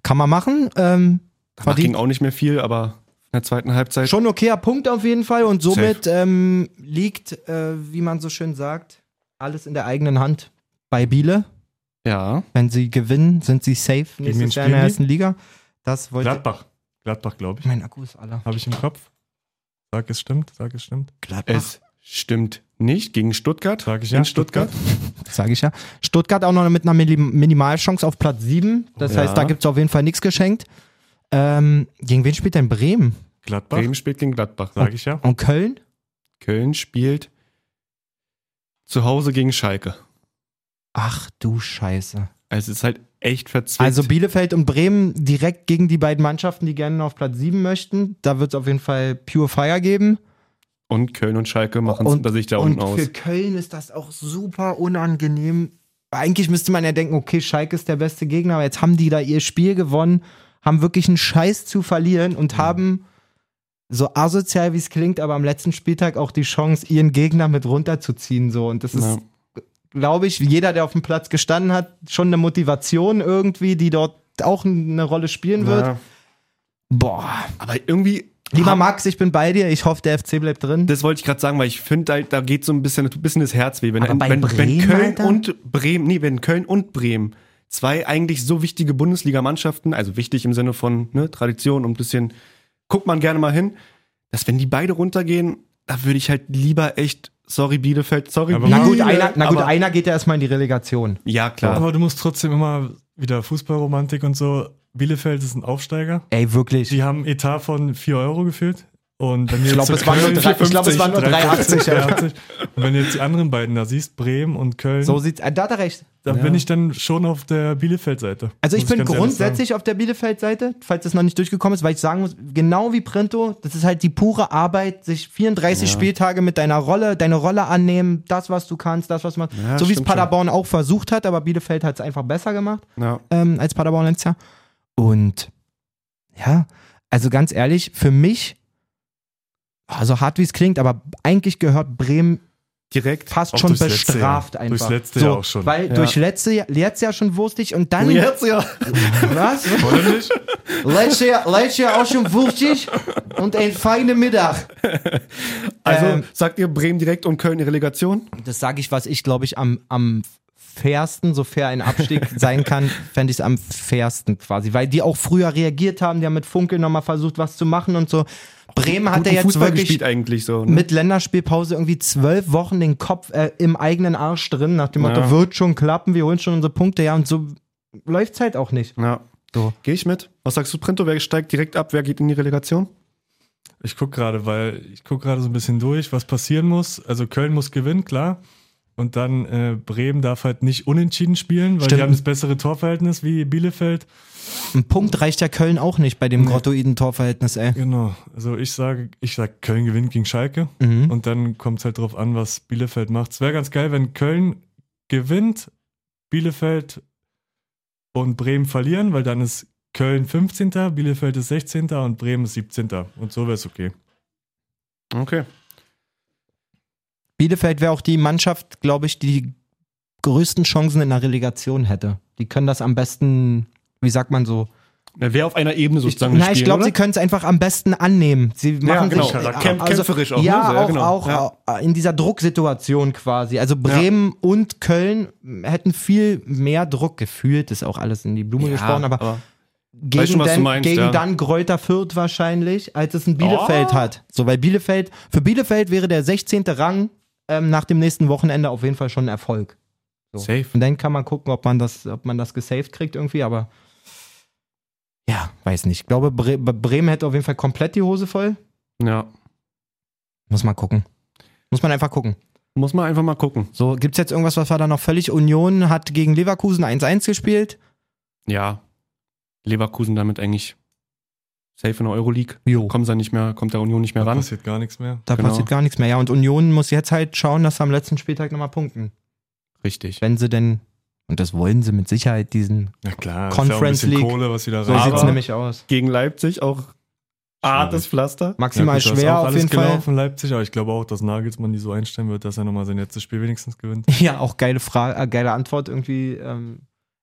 Kann man machen. Ähm, Danach Verdient. ging auch nicht mehr viel, aber in der zweiten Halbzeit. Äh, schon okayer Punkt auf jeden Fall. Und somit ähm, liegt, äh, wie man so schön sagt, alles in der eigenen Hand bei Biele. Ja. Wenn sie gewinnen, sind sie safe wen nächstes Jahr spielen in der die? ersten Liga. Das wollte Gladbach. Gladbach, glaube ich. Mein Akku ist alle. Habe ich im Kopf. Sag es stimmt, sag es stimmt. Gladbach. Es stimmt nicht gegen Stuttgart. Sag ich in ja, Stuttgart. Sage ich ja. Stuttgart auch noch mit einer Minim- Minimalchance auf Platz 7. Das Ja. heißt, da gibt es auf jeden Fall nichts geschenkt. Ähm, gegen wen spielt denn Bremen? Gladbach, Bremen spielt gegen Gladbach. sag ich ja. Und Köln? Köln spielt zu Hause gegen Schalke. Ach du Scheiße. Also es ist halt echt verzwickt. Also Bielefeld und Bremen direkt gegen die beiden Mannschaften, die gerne auf Platz 7 möchten. Da wird es auf jeden Fall Pure Fire geben. und Köln und Schalke machen es Und- unter sich da Und unten für aus. Köln ist das auch super unangenehm. Eigentlich müsste man ja denken, okay, Schalke ist der beste Gegner, aber jetzt haben die da ihr Spiel gewonnen, haben wirklich einen Scheiß zu verlieren Mhm. und haben, so asozial wie es klingt, aber am letzten Spieltag auch die Chance, ihren Gegner mit runterzuziehen. So. Und das ist, Ja. glaube ich, jeder, der auf dem Platz gestanden hat, schon eine Motivation irgendwie, die dort auch eine Rolle spielen wird. Ja. Boah. Aber irgendwie, Lieber Max, ich bin bei dir. Ich hoffe, der FC bleibt drin. das wollte ich gerade sagen, weil ich finde, da, da geht so ein bisschen, ein bisschen das Herz weh. Wenn, Aber bei wenn, Bremen, wenn Köln Alter? und Bremen, nee, wenn Köln und Bremen zwei eigentlich so wichtige Bundesligamannschaften, also wichtig im Sinne von ne, Tradition und ein bisschen, guckt man gerne mal hin, dass wenn die beide runtergehen, da würde ich halt lieber echt, sorry Bielefeld, sorry Aber na Biele, gut, einer, na gut, aber- einer geht ja erstmal in die Relegation. Ja, klar. Aber du musst trotzdem immer wieder Fußballromantik und so. Bielefeld ist ein Aufsteiger. Ey, wirklich. Die haben einen Etat von 4 Euro gefühlt. Und wenn Ich glaub, es waren nur drei- ich glaub, es waren nur 3,80, ja. Und wenn du jetzt die anderen beiden da siehst, Bremen und Köln, So sieht's. äh, Da hat er recht. dann bin ich dann schon auf der Bielefeld-Seite. Also ich Muss bin ganz ehrlich sagen. grundsätzlich auf der Bielefeld-Seite, falls das noch nicht durchgekommen ist, weil ich sagen muss, genau wie Printo, das ist halt die pure Arbeit, sich 34 Spieltage mit deiner Rolle, deine Rolle annehmen, das, was du kannst, das, was man. Ja, so wie es stimmt schon. Paderborn auch versucht hat, aber Bielefeld hat es einfach besser gemacht Ja. ähm, als Paderborn letztes Jahr. Und ja, also ganz ehrlich, für mich, also hart wie es klingt, aber eigentlich gehört Bremen Direkt. fast Auch schon durchs letzte bestraft Jahr. einfach. Durchs letzte Jahr auch schon. Weil Ja. durch letzte Jahr, letztes Jahr schon wurstig und dann. ja. Was? Oder nicht? letztes, Jahr, letztes Jahr auch schon wurstig und ein feiner Mittag. Also Ähm, sagt ihr Bremen direkt und Köln die Relegation? Das sage ich, was ich glaube ich am, am fairsten, so fair ein Abstieg sein kann, fände ich es am fairsten quasi. Weil die auch früher reagiert haben, die haben mit Funkel nochmal versucht, was zu machen und so. Bremen hat Guten ja jetzt Fußball wirklich gespielt eigentlich so. Ne? mit Länderspielpause irgendwie zwölf Wochen den Kopf äh, im eigenen Arsch drin, nach dem Motto, Ja. wird schon klappen, wir holen schon unsere Punkte, ja, und so läuft's halt auch nicht. Ja. So. Gehe ich mit? Was sagst du, Printo? Wer steigt direkt ab? Wer geht in die Relegation? Ich gucke gerade, weil ich gucke gerade so ein bisschen durch, was passieren muss. Also Köln muss gewinnen, klar. Und dann äh, Bremen darf halt nicht unentschieden spielen, weil Stimmt. die haben das bessere Torverhältnis wie Bielefeld. Ein Punkt reicht ja Köln auch nicht bei dem grottoiden Torverhältnis, ey. Genau. Also ich sage, ich sage, Köln gewinnt gegen Schalke. Mhm. Und dann kommt es halt drauf an, was Bielefeld macht. Es wäre ganz geil, wenn Köln gewinnt, Bielefeld und Bremen verlieren, weil dann ist Köln 15. Bielefeld ist 16. und Bremen ist 17. Und so wäre es okay. Okay. Bielefeld wäre auch die Mannschaft, glaube ich, die die größten Chancen in der Relegation hätte. Die können das am besten, wie sagt man so? Na, wer auf einer Ebene sozusagen Nein, ich glaube, oder? sie können es einfach am besten annehmen. Sie machen genau. sich äh, also Charakter- Kämp- kämpferisch auch, Ja, ne? Sehr auch, genau. auch, Ja. auch äh, in dieser Drucksituation quasi. Also Bremen und Köln hm, hätten viel mehr Druck gefühlt, ist auch alles in die Blume gesprochen, aber, gegen, schon, was du dann, meinst, gegen ja. dann Gräuter Fürth wahrscheinlich, als es ein Bielefeld hat. So, weil Bielefeld, für Bielefeld wäre der 16. Rang ähm, nach dem nächsten Wochenende auf jeden Fall schon ein Erfolg. Safe. Und dann kann man gucken, ob man das, ob man das gesaved kriegt irgendwie, aber ja, weiß nicht. Ich glaube, Bre Bre- Bremen hätte auf jeden Fall komplett die Hose voll. Ja. Muss man gucken. Muss man einfach gucken. Muss man einfach mal gucken. So, gibt's jetzt irgendwas, was war da noch völlig? Union hat gegen Leverkusen 1-1 gespielt. Ja. Leverkusen damit eigentlich safe in der Euroleague. Jo. Kommt da nicht mehr, kommt der Union nicht mehr Da ran. passiert gar nichts mehr. Da Genau. passiert gar nichts mehr. Ja, und Union muss jetzt halt schauen, dass sie am letzten Spieltag nochmal punkten. Richtig. Wenn sie denn Und das wollen sie mit Sicherheit, diesen. Na klar, Conference ist ja auch ein bisschen League. Kohle, was wieder So Aber- sieht's nämlich aus. Gegen Leipzig auch hartes Pflaster. Maximal gut, da ist schwer auch auf alles genau. jeden gelaufen, Fall. Leipzig, aber ich glaube auch, dass Nagelsmann die so einstellen wird, dass er nochmal sein letztes Spiel wenigstens gewinnt. Ja, auch geile Frage, äh, geile Antwort irgendwie. Ähm,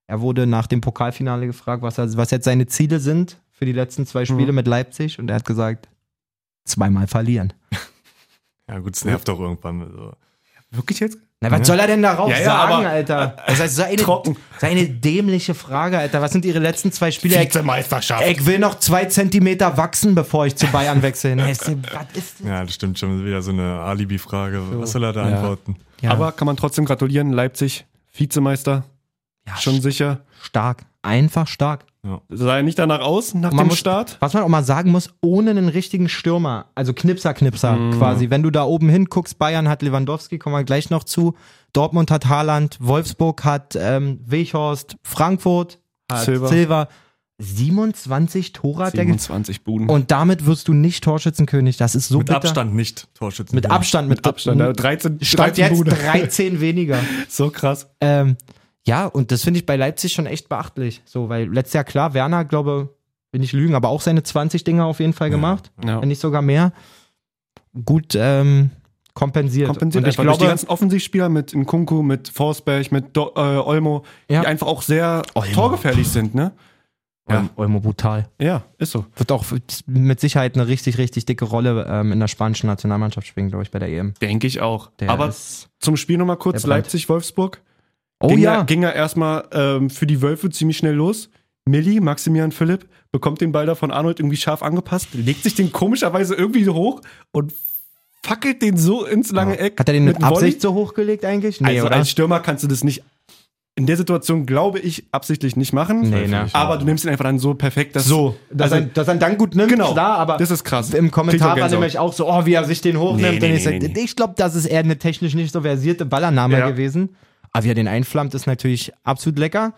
er wurde nach dem Pokalfinale gefragt, was, er, was jetzt seine Ziele sind für die letzten zwei Mhm. Spiele mit Leipzig und er hat gesagt, zweimal verlieren. Ja gut, es nervt doch irgendwann. also. So. Wirklich jetzt? Na, was soll er denn darauf Ja, ja, sagen, aber- äh, Alter? Das ist so eine, Trocken. so eine dämliche Frage, Alter. Was sind ihre letzten zwei Spiele? Ich, Meisterschaft. ich will noch zwei Zentimeter wachsen, bevor ich zu Bayern wechsle. Na, ist- was ist Ja, das stimmt schon. Wieder so eine Alibi-Frage. Was soll er da Ja. antworten? Ja, Aber kann man trotzdem gratulieren. Leipzig, Vizemeister, ja, schon sicher. stark. Einfach stark. Sah er nicht danach aus, nach Man dem muss- Start? Was man auch mal sagen muss, ohne einen richtigen Stürmer, also Knipser, Knipser Mhm. quasi. Wenn du da oben hinguckst, Bayern hat Lewandowski, kommen wir gleich noch zu. Dortmund hat Haaland, Wolfsburg hat ähm, Weghorst, Frankfurt hat Silva. Silva. 27 Tore hat der ge- 27 Buden. Und damit wirst du nicht Torschützenkönig. Das ist so Mit bitter. Abstand nicht Torschützen. Mit Abstand. mit Abstand. also da 13, Stand 13 jetzt Bude. 13 weniger. So krass. Ähm, ja, und das finde ich bei Leipzig schon echt beachtlich. So, weil letztes Jahr klar, Werner, glaube, will nicht lügen, aber auch seine 20 Dinger auf jeden Fall gemacht, Ja. wenn nicht sogar mehr. Gut ähm, kompensiert. Kompensiert und ich einfach durch die glaube, ganzen Offensivspieler mit Nkunku, mit Forsberg, mit Do äh, Olmo, Ja. die einfach auch sehr torgefährlich sind, ne? ja. Olmo brutal. Ja, ist so. Wird auch mit Sicherheit eine richtig, richtig dicke Rolle ähm, in der spanischen Nationalmannschaft spielen, glaube ich, bei der EM. Denke ich auch. Der Aber ist, zum Spiel nochmal kurz, Der brennt. Leipzig-Wolfsburg. oh ging ja, Er, ging er erstmal ähm, für die Wölfe ziemlich schnell los. Milli, Maximilian Philipp, bekommt den Ball da von Arnold irgendwie scharf angepasst, legt sich den komischerweise irgendwie hoch und fackelt den so ins lange Eck. hat er den mit, einem Volley. Absicht so hochgelegt eigentlich? also als Stürmer kannst du das nicht, in der Situation glaube ich, absichtlich nicht machen. Nee, ne. Aber du nimmst ihn einfach dann so perfekt, dass So, dass, also, er, dass er ihn dann gut nimmt, Genau. klar, aber das ist krass. im Kommentar Krieg ich war auch Gänsehaut. nämlich auch so, oh, wie er sich den hochnimmt. Nee, Und nee, ich sag, nee, nee. ich glaube, das ist eher eine technisch nicht so versierte Ballername Ja. gewesen. Aber wie er den einflammt, ist natürlich absolut lecker.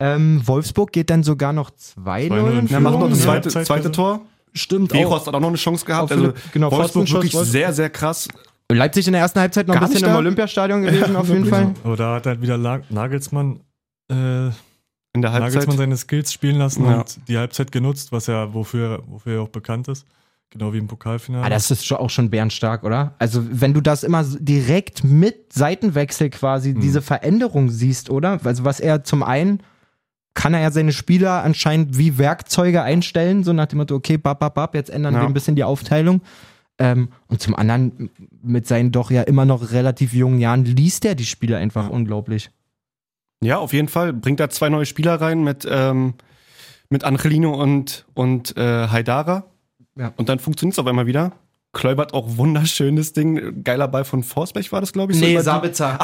Ähm, Wolfsburg geht dann sogar noch 2-0 in in Na, macht noch das Ja, zweite, Zeitweise. zweite Tor. Stimmt Weghorst hat auch noch eine Chance gehabt. Auf Also Philipp, genau, Wolfsburg Pfostenschuss, wirklich Wolfsburg. sehr, sehr krass. Leipzig in der ersten Halbzeit noch ein Gar bisschen nicht im da? Olympiastadion gewesen, auf jeden Fall. Aber da hat halt wieder La- Nagelsmann, äh, In der Halbzeit. Nagelsmann seine Skills spielen lassen Ja. und die Halbzeit genutzt, was ja, wofür, wofür er auch bekannt ist. Genau wie im Pokalfinale. Ah, das ist schon- auch schon bärenstark, oder? Also, wenn du das immer so direkt mit Seitenwechsel quasi Mhm. diese Veränderung siehst, oder? Also, was er zum einen kann er ja seine Spieler anscheinend wie Werkzeuge einstellen, so nach dem Motto, okay, bab, bab, bab, jetzt ändern Ja. wir ein bisschen die Aufteilung. Ähm, und zum anderen, mit seinen doch ja immer noch relativ jungen Jahren, liest er die Spieler einfach unglaublich. Ja, auf jeden Fall. Bringt da zwei neue Spieler rein mit, ähm, mit Angelino und, und äh, Haidara. Ja. Und dann funktioniert es auf einmal wieder. Klöbert auch wunderschönes Ding. Geiler Ball von Forsberg war das, glaube ich. so über die- Ach, Sabitzer,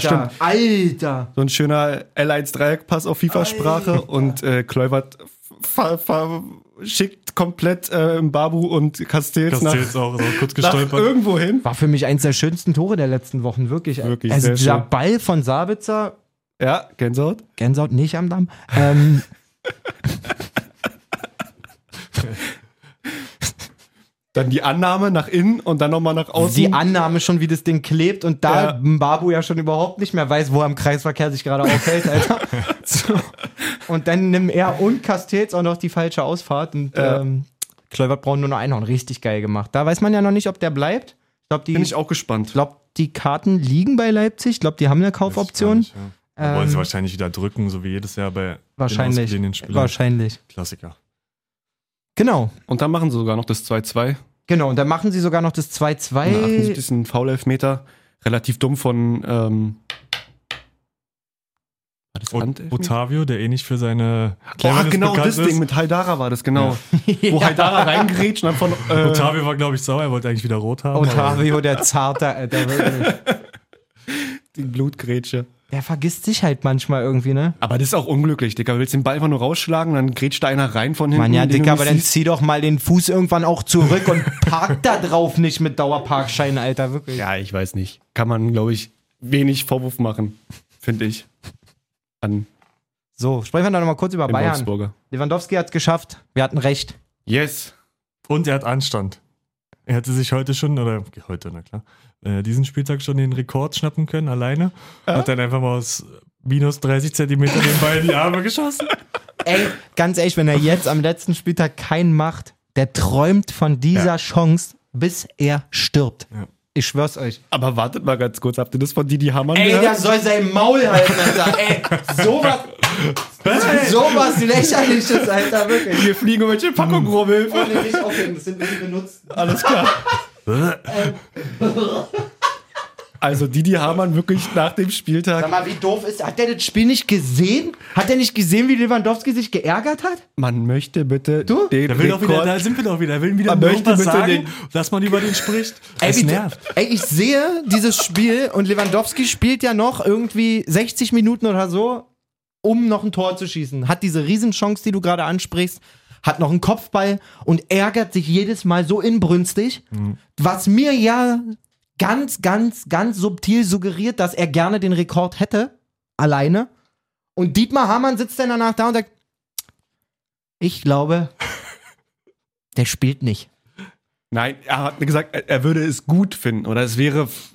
stimmt. Alter. So ein schöner L1-Dreieckpass auf FIFA-Sprache. Und äh, Klöbert ver- ver- schickt komplett äh, Mbabu und Castells das nach, zählt auch, ist auch kurz nach gestolpert. irgendwo hin. War für mich eins der schönsten Tore der letzten Wochen, wirklich. Wirklich, also, sehr dieser schön. Ball von Sabitzer, Ja, Gänsehaut. Gänsehaut nicht am Damm. Ähm, Dann die Annahme nach innen und dann nochmal nach außen. die Annahme schon, wie das Ding klebt und da Ja. Mbabu ja schon überhaupt nicht mehr weiß, wo er im Kreisverkehr sich gerade aufhält, Alter. so. Und dann nimmt er und Castells auch noch die falsche Ausfahrt und Ja. ähm, Kleubert braucht nur noch Einhorn. Richtig geil gemacht. Da weiß man ja noch nicht, ob der bleibt. Ich glaube, die, Bin ich auch gespannt. glaub, die Karten liegen bei Leipzig. Ich glaube, die haben eine Kaufoption. Weiß ich gar nicht, ja. Wollen sie Ähm, wahrscheinlich wieder drücken, so wie jedes Jahr bei Wahrscheinlich. den Spielern. Wahrscheinlich. Klassiker. Genau. Und dann machen sie sogar noch das 2-2. Genau. Und dann machen sie sogar noch das In der 2-2. 78 ist ein Foul-Elfmeter. Relativ dumm von. Ähm, war das Und Handelfmeter? Otavio, der eh nicht für seine Oh, Cleverness genau bekannt das Ding mit Haidara war das, genau. Wo Haidara reingerätscht und dann von. Äh, Otavio war, glaube ich, sauer. Er wollte eigentlich wieder rot haben. aber- Otavio, der Zarte, Alter. wirklich. die Blutgrätsche. Der vergisst sich halt manchmal irgendwie, ne? Aber das ist auch unglücklich, Dicker. Du willst den Ball einfach nur rausschlagen, dann grätscht da einer rein von hinten. Mann, ja, den du Dicker, nicht aber dann siehst. zieh doch mal den Fuß irgendwann auch zurück und park da drauf nicht mit Dauerparkschein, Alter, wirklich. Ja, ich weiß nicht. Kann man, glaube ich, wenig Vorwurf machen, finde ich. An So, sprechen wir dann nochmal kurz über den Bayern. Wolfsburger. Lewandowski hat's geschafft, wir hatten recht. Yes. Und er hat Anstand. Er hätte sich heute schon, oder heute, na klar, äh, diesen Spieltag schon den Rekord schnappen können, alleine. Äh? Hat dann einfach mal aus minus 30 Zentimeter den Ball in die Arme geschossen. Ey, ganz ehrlich, wenn er jetzt am letzten Spieltag keinen macht, der träumt von dieser Ja. Chance, bis er stirbt. Ja. Ich schwör's euch. Aber wartet mal ganz kurz, habt ihr das von Didi Hamann Ey, gehört? der soll sein Maul halten, Alter. Ey, sowas. Sowas lächerliches, Alter, wirklich. Hier fliegen irgendwelche Hm. Packungen rum, Hilfe. Ohne dich aufheben, das sind nicht benutzt. Alles klar. also Didi Hamann wirklich nach dem Sag Spieltag. mal, wie doof ist. Hat der das Spiel nicht gesehen? Hat der nicht gesehen, wie Lewandowski sich geärgert hat? Man möchte bitte Du? den Da, will doch wieder, Rekord- da sind wir doch wieder. Da will wieder Man nur möchte was bitte sagen, den- dass man über den spricht. Ey, Das wie- nervt. ey, ich sehe dieses Spiel und Lewandowski spielt ja noch irgendwie 60 Minuten oder so, um noch ein Tor zu schießen. Hat diese Riesenchance, die du gerade ansprichst, hat noch einen Kopfball und ärgert sich jedes Mal so inbrünstig, was mir ja ganz, ganz, ganz subtil suggeriert, dass er gerne den Rekord hätte, alleine. Und Dietmar Hamann sitzt dann danach da und sagt, ich glaube, der spielt nicht. Nein, er hat gesagt, er- er würde es gut finden oder es wäre f-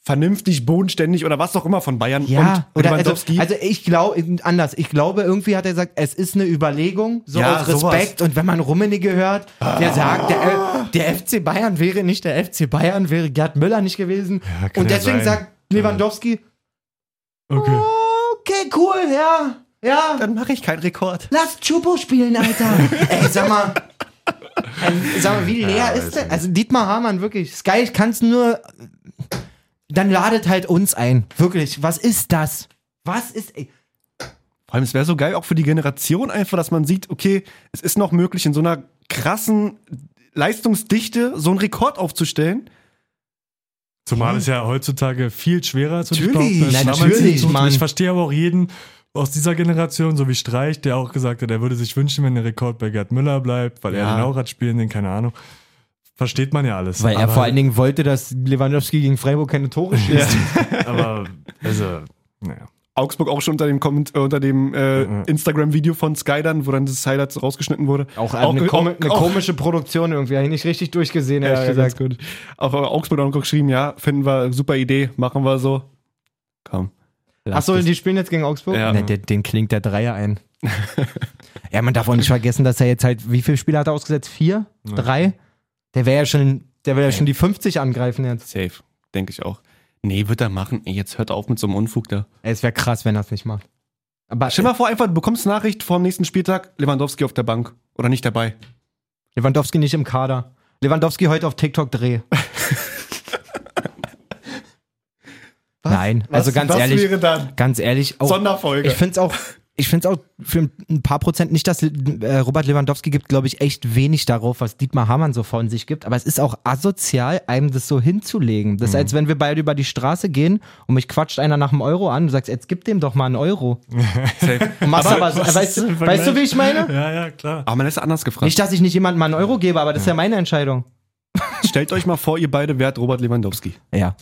vernünftig, bodenständig oder was auch immer von Bayern Ja, und oder also, Lewandowski. also ich glaube, anders, ich glaube, irgendwie hat er gesagt, es ist eine Überlegung, so Ja, aus Respekt. Und wenn man Rummenigge hört, der sagt, der, F- der FC Bayern wäre nicht der FC Bayern, wäre Gerd Müller nicht gewesen. Ja, kann Und ja deswegen sein. sagt Lewandowski, Okay. okay, cool, ja, ja, dann mache ich keinen Rekord. lass Chupo spielen, Alter. Ey, sag mal. Ey, Sag mal, wie leer ist denn? Also Dietmar Hamann, wirklich. Sky, ich kann's nur. Dann ladet halt uns ein. Wirklich. Was ist das? Was ist. Ey, Vor allem, es wäre so geil auch für die Generation einfach, dass man sieht, okay, es ist noch möglich, in so einer krassen Leistungsdichte so einen Rekord aufzustellen. Zumal es ja heutzutage viel schwerer zu Natürlich, behaupten als nein, damals. natürlich, Und Mann. Ich verstehe aber auch jeden aus dieser Generation, so wie Streich, der auch gesagt hat, er würde sich wünschen, wenn der Rekord bei Gerd Müller bleibt, weil Ja. er den auch hat spielen, den keine Ahnung. Versteht man ja alles. Weil er Aber- vor allen Dingen wollte, dass Lewandowski gegen Freiburg keine Tore schießt. Aber, also, naja. Augsburg auch schon unter dem, Comment, äh, unter dem äh, Mhm. Instagram-Video von Sky dann, wo dann das Highlight rausgeschnitten wurde. Auch eine, komi- eine auch- komische Produktion irgendwie, habe ich nicht richtig durchgesehen, Ja, ehrlich ja, ganz gesagt. gut. Auch äh, Augsburg hat auch geschrieben, ja, finden wir super Idee, machen wir so. Komm. Achso, die spielen jetzt gegen Augsburg? Ja. Ne, den, den klingt der Dreier ein. ja, man darf auch nicht vergessen, dass er jetzt halt, wie viele Spiele hat er ausgesetzt? Vier? Drei? Der wäre ja schon, der wäre ja schon die 50 angreifen jetzt. Safe, denke ich auch. Nee, wird er machen. Ey, jetzt hört auf mit so einem Unfug da. Ey, es wäre krass, wenn er es nicht macht. Aber Stell dir mal vor, einfach, du bekommst Nachricht vom nächsten Spieltag, Lewandowski auf der Bank. Oder nicht dabei. Lewandowski nicht im Kader. Lewandowski heute auf TikTok Dreh. Nein, also ganz ehrlich, wäre dann? ganz ehrlich, auch, Sonderfolge. ich finde es auch, ich find's auch für ein paar Prozent nicht, dass äh, Robert Lewandowski gibt, glaube ich, echt wenig darauf, was Dietmar Hamann so von sich gibt. Aber es ist auch asozial, einem das so hinzulegen. Mhm. Das ist, als wenn wir beide über die Straße gehen und mich quatscht einer nach einem Euro an und sagst, jetzt gib dem doch mal einen Euro. Und machst aber, so, weißt, du- weißt du, wie ich meine? Ja, ja, klar. Aber man ist anders gefragt. Nicht, dass ich nicht jemandem mal einen Euro gebe, aber das ist ja meine Entscheidung. Stellt euch mal vor, ihr beide wärt Robert Lewandowski. Ja.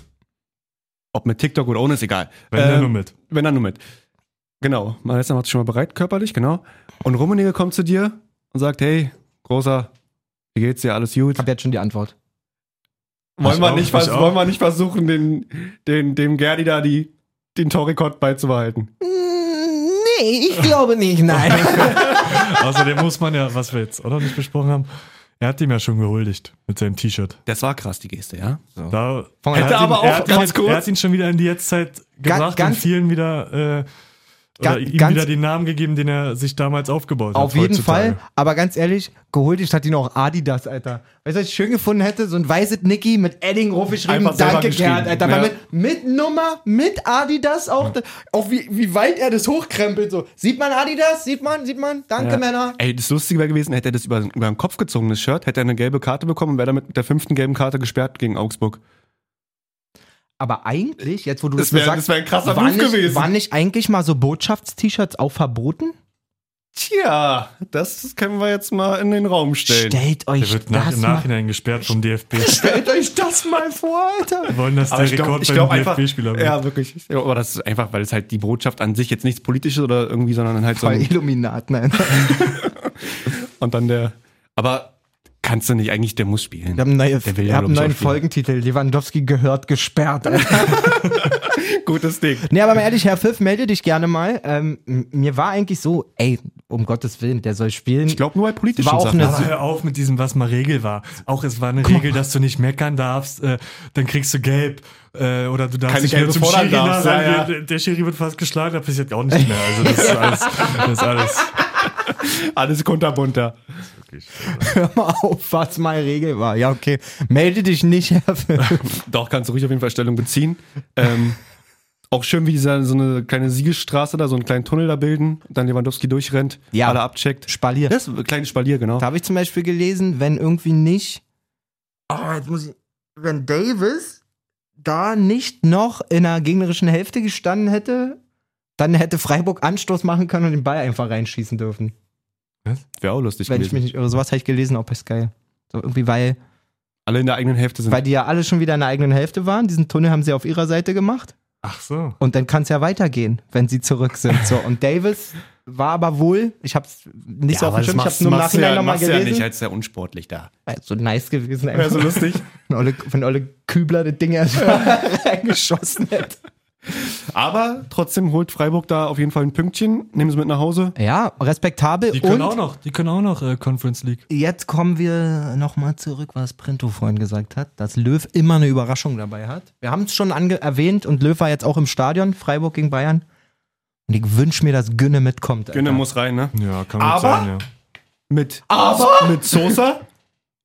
Ob mit TikTok oder ohne, ist egal. Wenn Ähm, dann nur mit. Wenn dann nur mit. Genau. Malessa macht sich schon mal bereit, körperlich, genau. Und Rummenigge kommt zu dir und sagt, hey, Großer, wie geht's dir? Alles gut? Ich habe jetzt schon die Antwort. Wollen Ich wir, auch, nicht ich vers auch. wollen wir nicht versuchen, den, den, dem Gerdi da die, den Torrekord beizubehalten? Nee, ich glaube nicht, nein. Außerdem Also, muss man ja, was wir jetzt auch noch nicht besprochen haben, er hat ihm ja schon gehuldigt mit seinem T-Shirt. Das war krass, die Geste, ja? Da Hätte er hat aber er auch hat ganz ihn, kurz- Er hat ihn schon wieder in die Jetztzeit gebracht ganz- und vielen wieder, äh, Ga- oder ihm ganz- wieder den Namen gegeben, den er sich damals aufgebaut hat. Auf jeden heutzutage. Fall, aber ganz ehrlich, geholt ist hat ihn auch Adidas, Alter. Weißt du, was ich schön gefunden hätte? So ein weißes Niki mit Edding aufgeschrieben, Einfach selber danke geschrieben. Gerd, Alter. Aber Ja. Mit, mit Nummer, mit Adidas auch. Auch wie, wie weit er das hochkrempelt so. Sieht man Adidas? Sieht man? Sieht man? Danke, Männer. Ey, das Lustige wäre gewesen, hätte er das über, über den Kopf gezogen, das Shirt, hätte er eine gelbe Karte bekommen und wäre damit mit der fünften gelben Karte gesperrt gegen Augsburg. Aber eigentlich, jetzt wo du Das es so wär- sagst, das wär ein krasser waren Move nicht, gewesen. Waren nicht eigentlich mal so Botschaftst-T-Shirts auch verboten? Tja, das können wir jetzt mal in den Raum stellen. Stellt Der euch wird nach, das im mal Nachhinein gesperrt vom DFB. Stellt euch das mal vor, Alter. Wir wollen, dass Aber der ich glaube Rekord glaub beim einfach, DFB-Spieler wird. ja wirklich. Ich glaub, aber das ist einfach, weil es halt die Botschaft an sich jetzt nichts Politisches oder irgendwie, sondern halt so. Voll Ein, Illuminaten, Alter. und dann der. Aber kannst du nicht eigentlich, der muss spielen. Wir haben, neue, Der will ja wir haben einen Lomsdorf neuen spielen. Folgentitel. Lewandowski gehört gesperrt. Gutes Ding. nee, aber mal ehrlich, Herr Pfiff, melde dich gerne mal. Ähm, m- mir war eigentlich so, ey, um Gottes Willen, der soll spielen. Ich glaube nur bei politischen War auch Sachen. eine- Aber so- Aber hör auf mit diesem, was mal Regel war. Auch es war eine Regel, dass du nicht meckern darfst, äh, dann kriegst du gelb. Äh, oder du darfst Keine nicht mehr gelbe zum fordern Schiri darfst, nach- ja, ja. Der, der Schiri wird fast geschlagen, da passiert auch nicht mehr. Also das ist alles. Das ist alles. Alles kunterbunter. Hör mal auf, was mal Regel war. Ja, okay. Melde dich nicht, Herr Pfiff. Doch, kannst du ruhig auf jeden Fall Stellung beziehen. Ähm, auch schön, wie dieser, so eine kleine Siegesstraße da, so einen kleinen Tunnel da bilden, dann Lewandowski durchrennt, Ja. alle abcheckt. Spalier. Das ist ein kleines Spalier, genau. Da habe ich zum Beispiel gelesen, wenn irgendwie nicht. Oh, jetzt muss ich. Wenn Davis da nicht noch in der gegnerischen Hälfte gestanden hätte, dann hätte Freiburg Anstoß machen können und den Ball einfach reinschießen dürfen. Wäre auch lustig wenn ich gewesen. mich nicht irre. Sowas habe ich gelesen, auch bei Sky. So irgendwie, weil, alle in der eigenen Hälfte sind. weil die ja alle schon wieder in der eigenen Hälfte waren. Diesen Tunnel haben sie auf ihrer Seite gemacht. Ach so. Und dann kann es ja weitergehen, wenn sie zurück sind. So. Und Davis war aber wohl, ich habe es nicht so auf aber dem das Schirm, ich habe machst- es nur im machst Nachhinein ja, nochmal machst ja nicht gelesen. als sehr unsportlich da. Wär so nice gewesen, Wäre so einfach, lustig. wenn, Olle, wenn Olle Kübler das Ding erstmal reingeschossen hätte. Aber trotzdem holt Freiburg da auf jeden Fall ein Pünktchen, nehmen sie mit nach Hause. Ja, respektabel. Die können Und auch noch, die können auch noch äh, Conference League. jetzt kommen wir nochmal zurück, was Printo vorhin gesagt hat, dass Löw immer eine Überraschung dabei hat. Wir haben es schon ange erwähnt und Löw war jetzt auch im Stadion, Freiburg gegen Bayern. Und ich wünsche mir, dass Günne mitkommt. Alter. Günne muss rein, ne? Ja, kann Aber- gut sein, ja. Mit, mit Sosa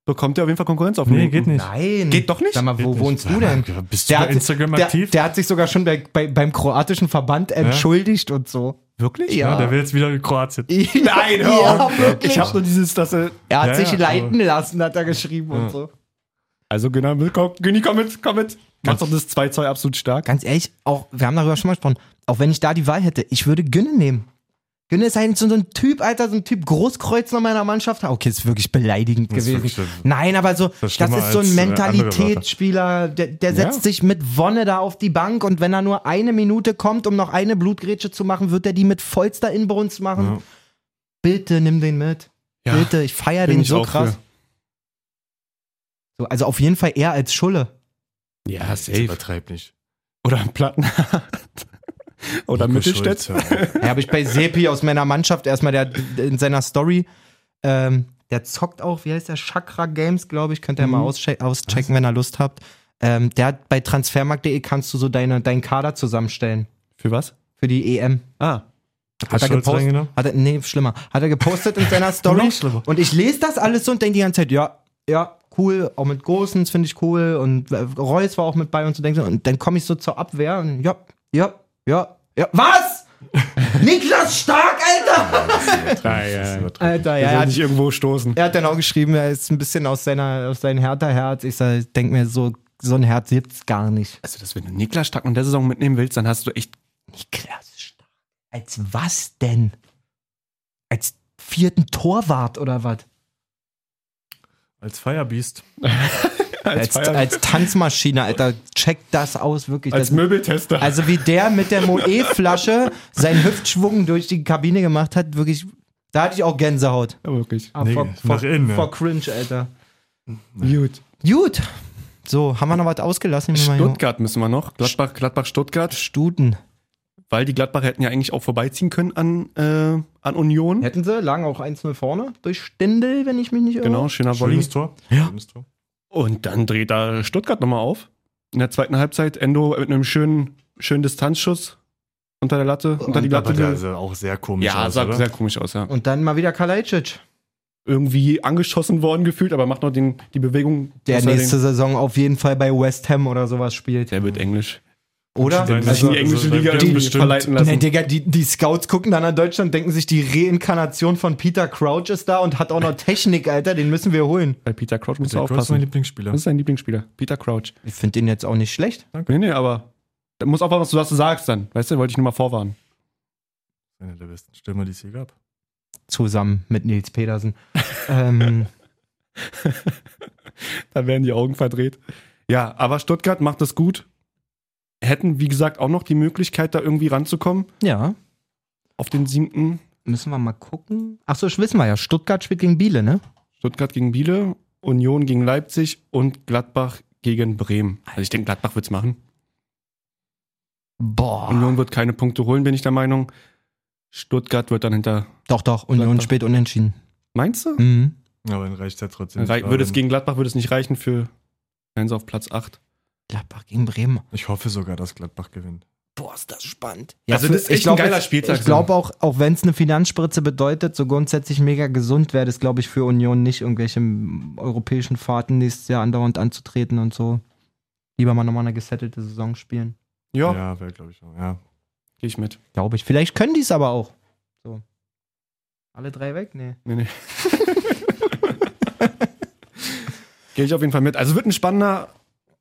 bekommt er auf jeden Fall Konkurrenz auf den Nee, Linken. geht nicht. Nein. Geht doch nicht? Sag mal, wo wohnst du denn? Bist du bei hat- Instagram der, aktiv? Der hat sich sogar schon bei, bei, beim kroatischen Verband entschuldigt und so. Wirklich? Ja. Ja, der will jetzt wieder in Kroatien. Nein, auf. ja, wirklich. Ich habe nur dieses, dass er. Er hat Ja, sich ja, leiten lassen, hat er geschrieben und so. Also Günner, komm, Günni, komm mit, komm mit. Macht doch das 2-2 absolut stark. Ganz ehrlich, auch, wir haben darüber schon mal gesprochen, auch wenn ich da die Wahl hätte, ich würde Günne nehmen. Günne ist eigentlich so so ein Typ, Alter, so ein Typ Großkreuzner meiner Mannschaft. Ah, Okay, ist wirklich beleidigend Das ist gewesen. wirklich schlimm. Nein, aber so, Das das, ist schlimmer ist so als, ein äh, andere Mentalitätsspieler, der, der setzt sich mit Wonne da auf die Bank und wenn er nur eine Minute kommt, um noch eine Blutgrätsche zu machen, wird er die mit vollster Inbrunst machen. Ja. Bitte nimm den mit. Ja, Bitte, ich feiere bin den ich so auch krass. für. So, also auf jeden Fall eher als Schulle. Ja, Jetzt Übertreib nicht. Oder ein Plattenhardt. Oder Nico Mittelstädt. Schulz, hör auf. Ja, habe ich bei Sepi aus meiner Mannschaft erstmal der, in seiner Story. Ähm, der zockt auch, wie heißt der? Chakra Games, glaube ich. Könnt ihr mal Mhm. auscheck, auschecken, wenn ihr Lust habt. Ähm, der hat bei transfermarkt.de kannst du so deine, deinen Kader zusammenstellen Für was? für die E EM. Ah. Hat er Schulz gepostet? reingenommen? Hat er, nee, schlimmer. Hat er gepostet in seiner Story. Noch schlimmer. und ich lese das alles so und denke die ganze Zeit, ja, ja, cool, auch mit Gosens finde ich cool und äh, Reus war auch mit bei und so denke und dann komme ich so zur Abwehr und ja, ja, ja, ja. Was? Niklas Stark, Alter! Alter, ja, Er er soll hat, nicht irgendwo stoßen. er hat dann auch geschrieben, er ist ein bisschen aus, seiner, aus seinem härter Herz. Ich denke mir, so, so ein Herz gibt's gar nicht. Also, dass wenn du Niklas Stark in der Saison mitnehmen willst, dann hast du echt. Niklas Stark. Als was denn? Als vierten Torwart oder was? Äh, Als Firebeast. Als, Feier- als Tanzmaschine, Alter. Check das aus, wirklich. als das, Möbeltester. also wie der mit der Moe-Flasche seinen Hüftschwung durch die Kabine gemacht hat, wirklich, da hatte ich auch Gänsehaut. ja, wirklich. Ah, Nee, nach innen, ja. vor cringe, Alter. Gut. Gut. So, haben wir noch was ausgelassen? Ich bin mal hier- Stuttgart müssen wir noch. Gladbach, Gladbach, Stuttgart. Studen. Weil die Gladbach hätten ja eigentlich auch vorbeiziehen können an, äh, an Union. Hätten sie, lagen auch 1-0 vorne durch Stindel, wenn ich mich nicht irre. Genau, schöner Volley. Schönes Tor. Schönes Tor. Und dann dreht da Stuttgart nochmal auf. In der zweiten Halbzeit Endo mit einem schönen, schönen Distanzschuss unter der Latte, unter die Latte. Aber der ge- sah also auch sehr komisch Ja, aus, sah oder? sehr komisch aus, ja. Und dann mal wieder Kalajdzic, Irgendwie angeschossen worden gefühlt, aber macht noch den, die Bewegung. der dass er nächste den- Saison auf jeden Fall bei West Ham oder sowas spielt. Der wird Englisch. Oder? Der Sich also, in die englische also, Liga der irgendwie bestimmt- verleiten Nee, lassen. Digga, die, die Scouts gucken dann an Deutschland, denken sich, die Reinkarnation von Peter Crouch ist da und hat auch noch Technik, Alter, den müssen wir holen. Bei Peter Crouch muss Der er Crouch ist mein aufpassen. Lieblingsspieler. Das ist sein Lieblingsspieler, Peter Crouch. Ich finde den jetzt auch nicht schlecht. Nee, nee, aber da muss aufpassen, was du, was du sagst dann. Weißt du, wollte ich nur mal vorwarnen. Einer der besten Stürmer, die es je gab. Zusammen mit Nils Pedersen. ähm, Da werden die Augen verdreht. Ja, aber Stuttgart macht das gut. Hätten, wie gesagt, auch noch die Möglichkeit, da irgendwie ranzukommen ja, auf den siebten. müssen wir mal gucken. Achso, wissen wir ja, Stuttgart spielt gegen Biele, ne? Stuttgart gegen Biele Union gegen Leipzig und Gladbach gegen Bremen. Also ich denke, Gladbach wird's machen. Boah. Union wird keine Punkte holen, bin ich der Meinung. Stuttgart wird dann hinter. Doch, doch, Union Gladbach. spielt unentschieden. Meinst du? Mhm. Aber dann reicht ja trotzdem. Dann rei- würde ähm, es gegen Gladbach würde es nicht reichen für Seien sie auf Platz 8. Gladbach gegen Bremen. Ich hoffe sogar, dass Gladbach gewinnt. Boah, ist das spannend. Also das ist echt ein geiler Spieltag Ich so. glaube auch, auch wenn es eine Finanzspritze bedeutet, so grundsätzlich mega gesund wäre das, glaube ich, für Union nicht, irgendwelche m, europäischen Fahrten nächstes Jahr andauernd anzutreten und so. Lieber mal nochmal eine gesettelte Saison spielen. Ja, Ja, wäre, glaube ich schon. Ja. gehe ich mit. Glaube ich. Vielleicht können die es aber auch. So. Alle drei weg? Nee. Nee, nee. gehe ich auf jeden Fall mit. Also wird ein spannender,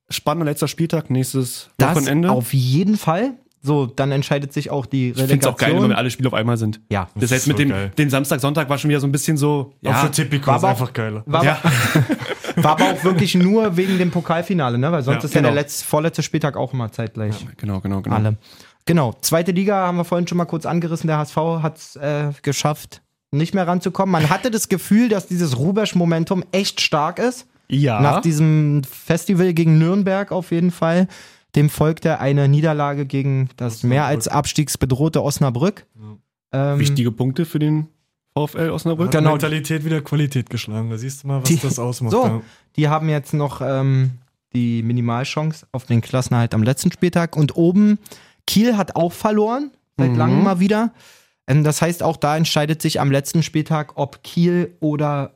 spannender letzter Spieltag, nächstes Das Wochenende. auf jeden Fall. So, dann entscheidet sich auch die ich finde es Relegation. auch geil, wenn alle Spiele auf einmal sind. ja. Das, Das heißt, ist mit so dem geil. den Samstag, Sonntag war schon wieder so ein bisschen so. Auch Ja, für Tipico war ist aber- einfach geiler. War, Ja. aber, war aber auch wirklich nur wegen dem Pokalfinale, ne? Weil sonst Ja, ist ja der genau. letzte, vorletzte Spieltag auch immer zeitgleich. genau, genau, genau. Alle. Genau. Zweite Liga haben wir vorhin schon mal kurz angerissen. Der HSV hat es äh, geschafft, nicht mehr ranzukommen. Man hatte das Gefühl, dass dieses Rubesch-Momentum echt stark ist. Ja. Nach diesem Festival gegen Nürnberg auf jeden Fall. Dem folgte eine Niederlage gegen das mehr als abstiegsbedrohte Osnabrück. Ähm, Wichtige Punkte für den VfL Osnabrück. Hat Genau. Mentalität wieder Qualität geschlagen. Da siehst du mal, was Die- das ausmacht. So, Ja. die haben jetzt noch ähm, die Minimalchance auf den Klassenerhalt am letzten Spieltag. Und oben, Kiel hat auch verloren, seit Mhm. langem mal wieder. Ähm, das heißt, auch da entscheidet sich am letzten Spieltag, ob Kiel oder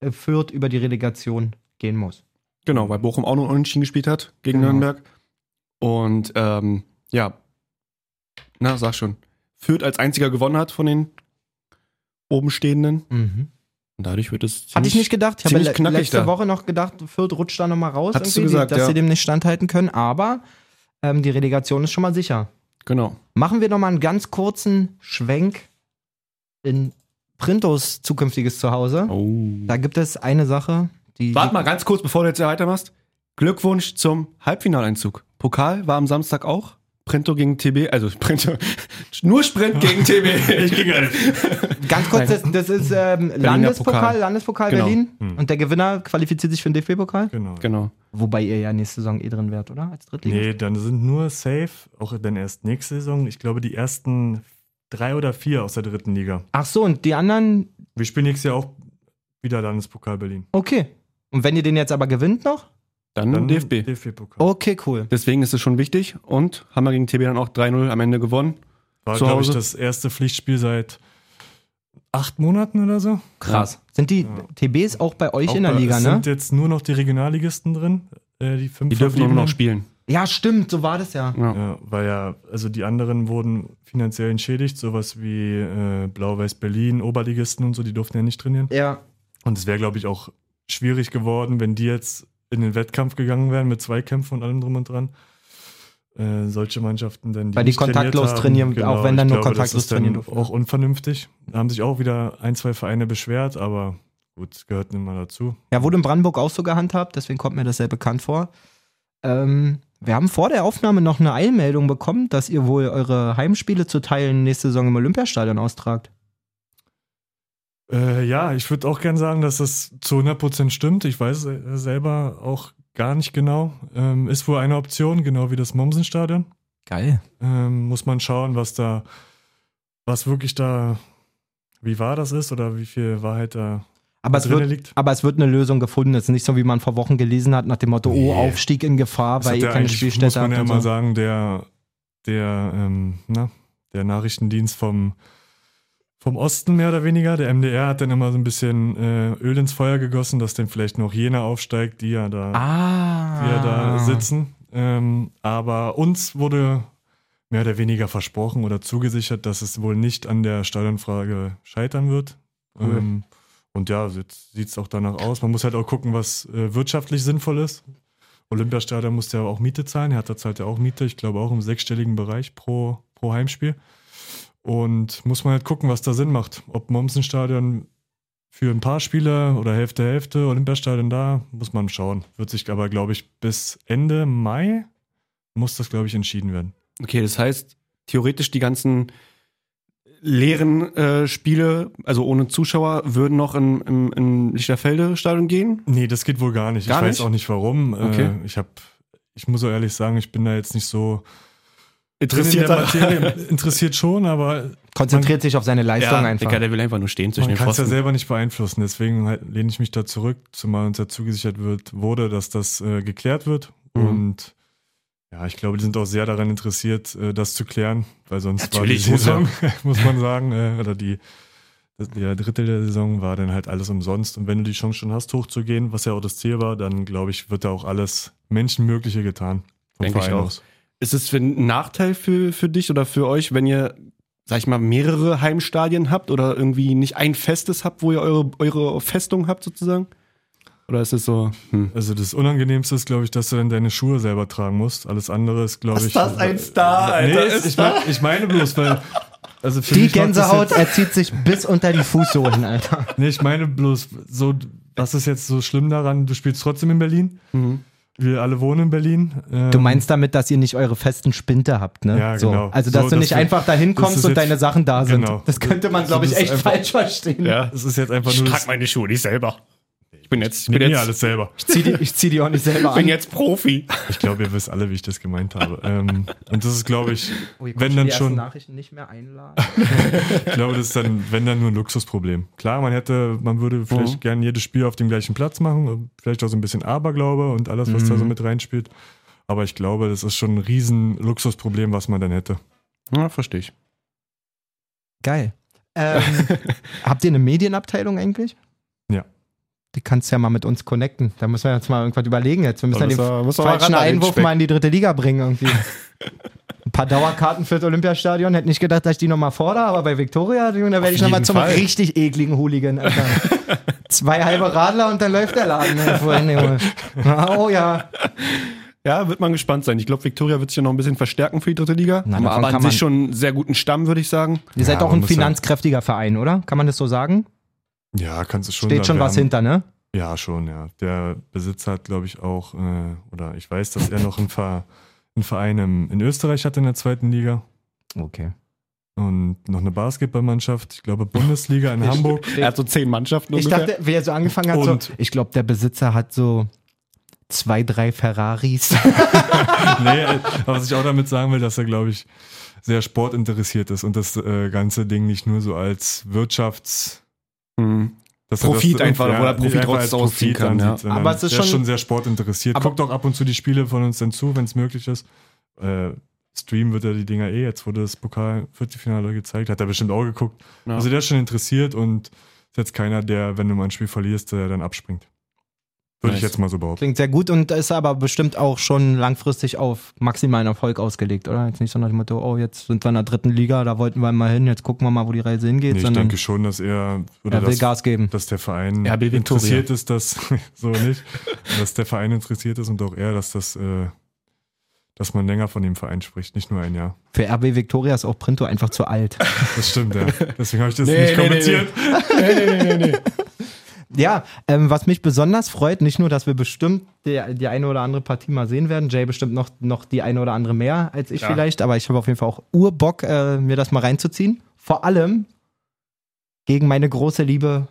äh, Fürth über die Relegation gehen muss. Genau, weil Bochum auch noch unentschieden gespielt hat gegen Genau. Nürnberg. Und ähm, ja, na, sag schon. Fürth als einziger gewonnen hat von den obenstehenden. Und dadurch wird es. Hatte ich nicht gedacht. Ich habe Mhm. ziemlich le knackig letzte da. Woche noch gedacht, Fürth rutscht da nochmal raus, Hattest du irgendwie, gesagt, die, dass ja. sie dem nicht standhalten können. Aber ähm, die Relegation ist schon mal sicher. Genau. Machen wir noch mal einen ganz kurzen Schwenk in Printos zukünftiges Zuhause. Oh. Da gibt es eine Sache, die. Warte mal ganz kurz, bevor du jetzt hier weitermachst. Glückwunsch zum Halbfinaleinzug. Pokal war am Samstag auch. Printo gegen TB, also Printo, nur Sprint gegen TB. Ich gegen elf. Ganz kurz, das, das ist ähm, Landespokal, Pokal. Landespokal Genau. Berlin. Hm. Und der Gewinner qualifiziert sich für den DFB-Pokal. Genau. genau. Wobei ihr ja nächste Saison eh drin wärt, oder? Als Drittligist. Nee, dann sind nur safe, auch dann erst nächste Saison, ich glaube die ersten drei oder vier aus der dritten Liga. Ach so, und die anderen, Wir spielen nächstes Jahr auch wieder Landespokal Berlin. okay. Und wenn ihr den jetzt aber gewinnt noch? Dann, DFB. DFB-Pokal. Okay, cool. Deswegen ist es schon wichtig und haben wir gegen TB dann auch 3-0 am Ende gewonnen. War, zu glaube ich, Hause. das erste Pflichtspiel seit acht Monaten oder so. Krass. Sind die TBs auch bei euch Auch in der bei- Liga, es ne? sind jetzt nur noch die Regionalligisten drin, äh, die fünf Die dürfen immer verbliebenen. noch spielen. Ja, stimmt, so war das ja. Ja. Ja, weil ja, also die anderen wurden finanziell entschädigt, sowas wie äh, Blau-Weiß Berlin, Oberligisten und so, die durften ja nicht trainieren. Ja. Und es wäre, glaube ich, auch schwierig geworden, wenn die jetzt in den Wettkampf gegangen wären mit Zweikämpfen und allem drum und dran. Äh, solche Mannschaften dann, die Weil die nicht trainiert kontaktlos haben, genau, trainieren, auch wenn dann ich nur glaube, das kontaktlos ist dann trainieren durften. Auch unvernünftig. Da haben sich auch wieder ein, zwei Vereine beschwert, aber gut, gehört nun mal dazu. Ja, wurde in Brandenburg auch so gehandhabt, deswegen kommt mir das sehr bekannt vor. Ähm, wir haben vor der Aufnahme noch eine Eilmeldung bekommen, dass ihr wohl eure Heimspiele zu teilen nächste Saison im Olympiastadion austragt. Äh, ja, ich würde auch gern sagen, dass das zu 100% stimmt. Ich weiß äh, selber auch gar nicht genau. Ähm, ist wohl eine Option, genau wie das Mommsenstadion. Geil. ähm, muss man schauen, was da, was wirklich da, wie wahr das ist oder wie viel Wahrheit da Aber es, drin wird, liegt. aber es wird eine Lösung gefunden. Es ist nicht so, wie man vor Wochen gelesen hat, nach dem Motto, Nee. oh, Aufstieg in Gefahr, Das weil hat ihr ja eh keine eigentlich, Spielstätte Muss man habt. ja und mal so. sagen, der, der, ähm, na, der Nachrichtendienst vom, vom Osten mehr oder weniger, der MDR hat dann immer so ein bisschen äh, Öl ins Feuer gegossen, dass dann vielleicht noch jener aufsteigt, die ja da Ah. wir da sitzen. Ähm, aber uns wurde mehr oder weniger versprochen oder zugesichert, dass es wohl nicht an der Stadionfrage scheitern wird. Cool. Ähm, und ja, jetzt sieht es auch danach aus. Man muss halt auch gucken, was äh, wirtschaftlich sinnvoll ist. Olympiastadion musste ja auch Miete zahlen. Hertha zahlt ja auch Miete, ich glaube auch im sechsstelligen Bereich pro, pro Heimspiel. Und muss man halt gucken, was da Sinn macht. Ob Mommsenstadion für ein paar Spiele oder Hälfte, Hälfte, Olympiastadion da, muss man schauen. Wird sich aber, glaube ich, bis Ende Mai muss das, glaube ich, entschieden werden. Okay, das heißt, theoretisch die ganzen leeren äh, Spiele, also ohne Zuschauer, würden noch in, im, in Lichterfelde Stadion gehen. Nee, das geht wohl gar nicht. Gar ich weiß nicht? auch nicht warum. Okay. Äh, ich habe, ich muss auch ehrlich sagen, ich bin da jetzt nicht so Interessiert drin in der Materie. interessiert schon, aber Konzentriert sich auf seine Leistung Ja, einfach. Digga, der will einfach nur stehen zwischen man den kann es ja Pfosten. selber nicht beeinflussen. Deswegen halt, lehne ich mich da zurück, zumal uns ja zugesichert wird, wurde, dass das äh, geklärt wird. Mhm. Und ja, ich glaube, die sind auch sehr daran interessiert, äh, das zu klären, weil sonst Natürlich war die muss Saison, muss man sagen, äh, oder die das- der Drittel der Saison war dann halt alles umsonst. Und wenn du die Chance schon hast, hochzugehen, was ja auch das Ziel war, dann glaube ich, wird da auch alles Menschenmögliche getan. vom Denke ich Verein auch. aus. Ist es für ein Nachteil für, für dich oder für euch, wenn ihr, sag ich mal, mehrere Heimstadien habt oder irgendwie nicht ein festes habt, wo ihr eure, eure Festung habt sozusagen? Oder ist es so, hm. Also das Unangenehmste ist, glaube ich, dass du dann deine Schuhe selber tragen musst. Alles andere ist, glaube ich. äh, Star, nee, ist, ich, mein, ich meine bloß, weil. Also für Die mich macht das Gänsehaut Jetzt, erzieht sich bis unter die Fußsohlen, Alter. nee, ich meine bloß, so, was ist jetzt so schlimm daran? Du spielst trotzdem in Berlin. Wir alle wohnen in Berlin. Ähm, Mhm. Du meinst damit, dass ihr nicht eure festen Spinte habt, ne? Ja, so. genau. Also, dass So, du dass nicht wir- einfach da das hinkommst ist und jetzt- deine Sachen da sind. Genau. Das könnte man, glaube ich, das ist echt einfach- falsch verstehen. ja, Es ist jetzt einfach ich nur. trage das- meine Schuhe nicht selber. hm? Ich bin jetzt, ich Nee, bin nee, jetzt, alles selber. Ich zieh die, ich zieh die auch nicht selber ich bin an. jetzt Profi. Ich glaube, ihr wisst alle, wie ich das gemeint habe. ähm, und das ist, glaube ich, Oh, ihr könnt wenn dann die ersten schon. Nachrichten nicht mehr einladen. Ich glaube, das ist dann, wenn dann nur ein Luxusproblem. Klar, man hätte, man würde vielleicht Mhm. gern jedes Spiel auf dem gleichen Platz machen, vielleicht auch so ein bisschen Aberglaube und alles, was da so mit reinspielt. Aber ich glaube, das ist schon ein riesen Luxusproblem, was man dann hätte. Ja, verstehe ich. Geil. Ähm, habt ihr eine Medienabteilung eigentlich? Ja. Die kannst du ja mal mit uns connecten. Da müssen wir jetzt mal irgendwas überlegen jetzt. Wir müssen ja den falschen Einwurf mal in die dritte Liga bringen irgendwie. Ein paar Dauerkarten fürs Olympiastadion. Hätte nicht gedacht, dass ich die nochmal fordere, aber bei Viktoria, Junge, da werde ich nochmal jeden zum Fall. richtig ekligen Hooligan. Alter. Zwei halbe Radler und dann läuft der Laden. hier vorhin, Junge. Oh ja. Ja, wird man gespannt sein. Ich glaube, Victoria wird sich ja noch ein bisschen verstärken für die dritte Liga. Na, davon aber kann an sich man- schon einen sehr guten Stamm, würde ich sagen. Ihr seid Ja, auch man ein muss ja- finanzkräftiger Verein, oder? Kann man das so sagen? Ja, kannst du schon. Steht sagen, schon wir was haben- hinter, ne? Ja, schon, ja. Der Besitzer hat, glaube ich, auch, äh, oder ich weiß, dass er noch einen, Ver einen Verein im, in Österreich hat in der zweiten Liga Okay. und noch eine Basketballmannschaft, ich glaube, Bundesliga in Hamburg. Er hat so zehn Mannschaften Ich dachte, wie er so angefangen hat, so, Und- ich glaube, der Besitzer hat so zwei, drei Ferraris. nee, aber was ich auch damit sagen will, dass er, glaube ich, sehr sportinteressiert ist und das äh, ganze Ding nicht nur so als Wirtschafts... Mhm. Dass Profit das, einfach, wo er Profit einfach als draus ausziehen kann, ja. ansieht, sondern Aber es ist der schon- sehr sportinteressiert. Aber- Guckt auch ab und zu die Spiele von uns dann zu, wenn es möglich ist. Äh, Stream wird er die Dinger eh, jetzt wurde das Pokal Viertelfinale gezeigt, hat er bestimmt auch geguckt. Ja. Also der ist schon interessiert und ist jetzt keiner, der, wenn du mal ein Spiel verlierst, der dann abspringt. Würde ich Nice. jetzt mal so behaupten. Klingt sehr gut und ist aber bestimmt auch schon langfristig auf maximalen Erfolg ausgelegt, oder? Jetzt nicht so nach dem Motto, oh, jetzt sind wir in der dritten Liga, da wollten wir mal hin, jetzt gucken wir mal, wo die Reise hingeht, Nee, ich sondern denke schon, dass er oder er will dass, Gas geben. dass der RB Verein Viktoria. interessiert ist, dass so nicht, dass der Verein interessiert ist und auch er, dass das, äh, dass man länger von dem Verein spricht, nicht nur ein Jahr. Für RB Victoria ist auch Printo einfach zu alt. Das stimmt, ja. Deswegen habe ich das Nee, nicht nee, kommentiert. ja, ähm, was mich besonders freut, nicht nur, dass wir bestimmt die, die eine oder andere Partie mal sehen werden, Jay bestimmt noch, noch die eine oder andere mehr als ich vielleicht, aber ich habe auf jeden Fall auch Urbock, äh, mir das mal reinzuziehen. Vor allem gegen meine große Liebe,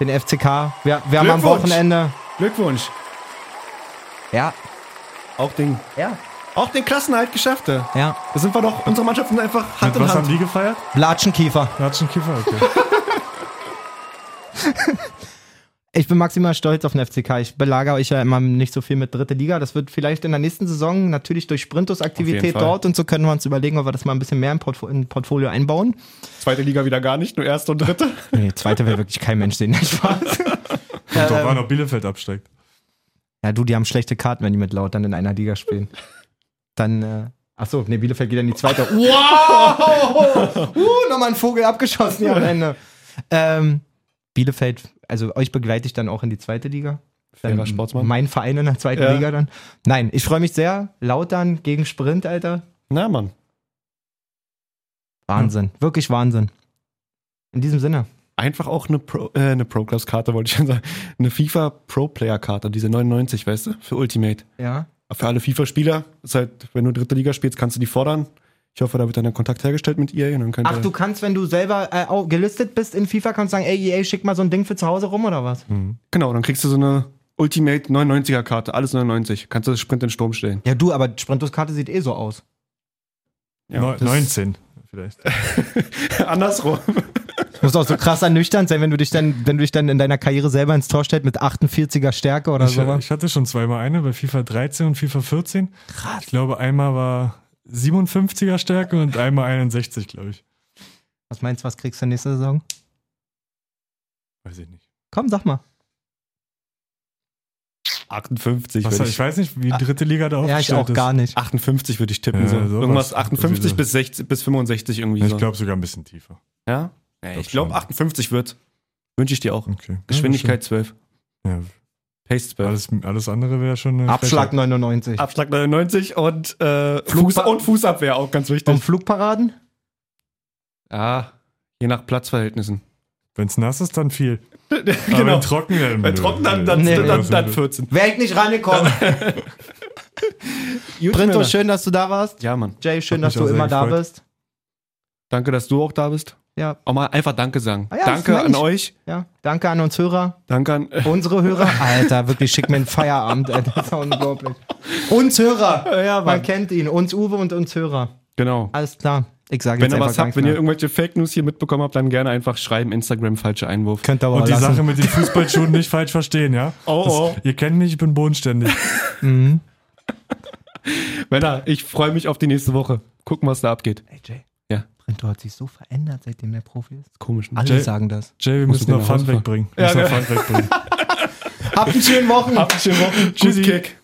den FCK. Wir, wir haben am Glückwunsch! Wochenende. Glückwunsch. Ja, Auch den, ja, auch den Klassenhalt geschafft. ja. ja. Da sind wir doch, unsere Mannschaften einfach Hand Mit in was Hand. haben die gefeiert? Latschenkiefer. Latschenkiffer, okay. Ich bin maximal stolz auf den FCK. Ich belagere euch ja immer nicht so viel mit dritte Liga. Das wird vielleicht in der nächsten Saison natürlich durch Auf jeden Sprintus-Aktivität Fall. dort und so können wir uns überlegen, ob wir das mal ein bisschen mehr im Portfo- in Portfolio einbauen. Zweite Liga wieder gar nicht, nur erste und dritte. Nee, zweite will wirklich kein Mensch sehen. Spaß. Kommt drauf an, ob Bielefeld absteigt. Ja, du, die haben schlechte Karten, wenn die mit Lautern in einer Liga spielen. Dann, äh, ach so, nee, Bielefeld geht in die zweite. Wow! Uh, nochmal ein Vogel abgeschossen hier am Ende. Ähm, Bielefeld, also euch begleite ich dann auch in die zweite Liga. Dann Fairer Sportsmann. Mein Verein in der zweiten Ja. Liga dann. Nein, ich freue mich sehr. Lautern gegen Sprint, Alter. Na, Mann. Wahnsinn, wirklich Wahnsinn. In diesem Sinne. Einfach auch eine Pro, äh, eine Pro Clubs Karte, wollte ich schon sagen. Eine FIFA Pro Player Karte, diese 99, weißt du, für Ultimate. Ja. Für alle FIFA Spieler, ist halt, wenn du dritte Liga spielst, kannst du die fordern. Ich Ich hoffe, da wird dann der Kontakt hergestellt mit EA und dann könnt Ach, ihr- du kannst, wenn du selber äh, au- gelistet bist in FIFA, kannst sagen, ey, EA, schick mal so ein Ding für zu Hause rum oder was? Genau, dann kriegst du so eine Ultimate 99er Karte, alles 99. Kannst du das Sprint in den Sturm stellen. Ja, du, aber Sprintos Karte sieht eh so aus. Neu- das- 19 vielleicht. Andersrum. Muss auch so krass ernüchternd sein, wenn du dich dann, wenn du dich dann in deiner Karriere selber ins Tor stellst mit 48er Stärke oder Ich, äh, sowas. ich hatte schon zweimal eine bei FIFA 13 und FIFA 14. Krass. Ich glaube, einmal war 57er Stärke und einmal 61, glaube ich. Was meinst du, was kriegst du nächste Saison? Weiß ich nicht. Komm, sag mal. 58 Was, würde ich ich, weiß nicht, wie die dritte Liga da ja, aufgestellt ich auch ist. gar nicht. 58 würde ich tippen. Ja, so. sowas. Irgendwas 58 Sowieso. bis, 60, bis 65 irgendwie. Ja, Ich so. glaube sogar ein bisschen tiefer. Ja? ja ich glaub glaube, schon. 58 wird. Wünsche ich dir auch. Okay. Geschwindigkeit 12. Ja, Pace 12. alles, alles andere wäre schon eine Abschlag 99. Abschlag 99 und, äh, Flugpa- Fuß und Fußabwehr auch ganz wichtig. Und Flugparaden? Ah, je nach Platzverhältnissen. Wenn es nass ist, dann viel. Aber Genau. wenn trocken, dann, Bei Trocken dann, dann, Nee. dann, dann 14. Wäre ich nicht rangekommen. Sprinto, schön, dass du da warst. Ja, Mann. Jay, schön, Hat dass mich du auch sehr immer da gefreut. bist. Danke, dass du auch da bist. Ja, Auch mal einfach Danke sagen. Ah ja, danke das ist an Mensch. euch. ja. Danke an uns Hörer. Danke an. äh, Unsere Hörer? Alter, wirklich, schick mir einen Feierabend, Alter. Das ist ja unglaublich. Uns Hörer! Ja, Man kennt ihn. Uns Uwe und uns Hörer. Genau. Alles klar. Ich sage Wenn jetzt ihr Ah, einfach was habt, gar nichts wenn ihr mehr. irgendwelche Fake News hier mitbekommen habt, dann gerne einfach schreiben: Instagram, falscher Einwurf. Könnt ihr aber Und die lassen. Sache mit den Fußballschuhen nicht falsch verstehen, ja? Oh, Das, ihr kennt mich, ich bin bodenständig. Männer, ich freue mich auf die nächste Woche. Gucken, was da abgeht. Ey, Jay. Ja. Brinto hat sich so verändert, seitdem er Profi ist. Komisch. Ne? Alle Jay- sagen das. Jay, wir Musst müssen du noch den Pfand rausfahren? wegbringen. Wir müssen noch Pfand wegbringen. Habt einen schönen Wochen. Habt eine schöne Woche. Tschüssi. Kick.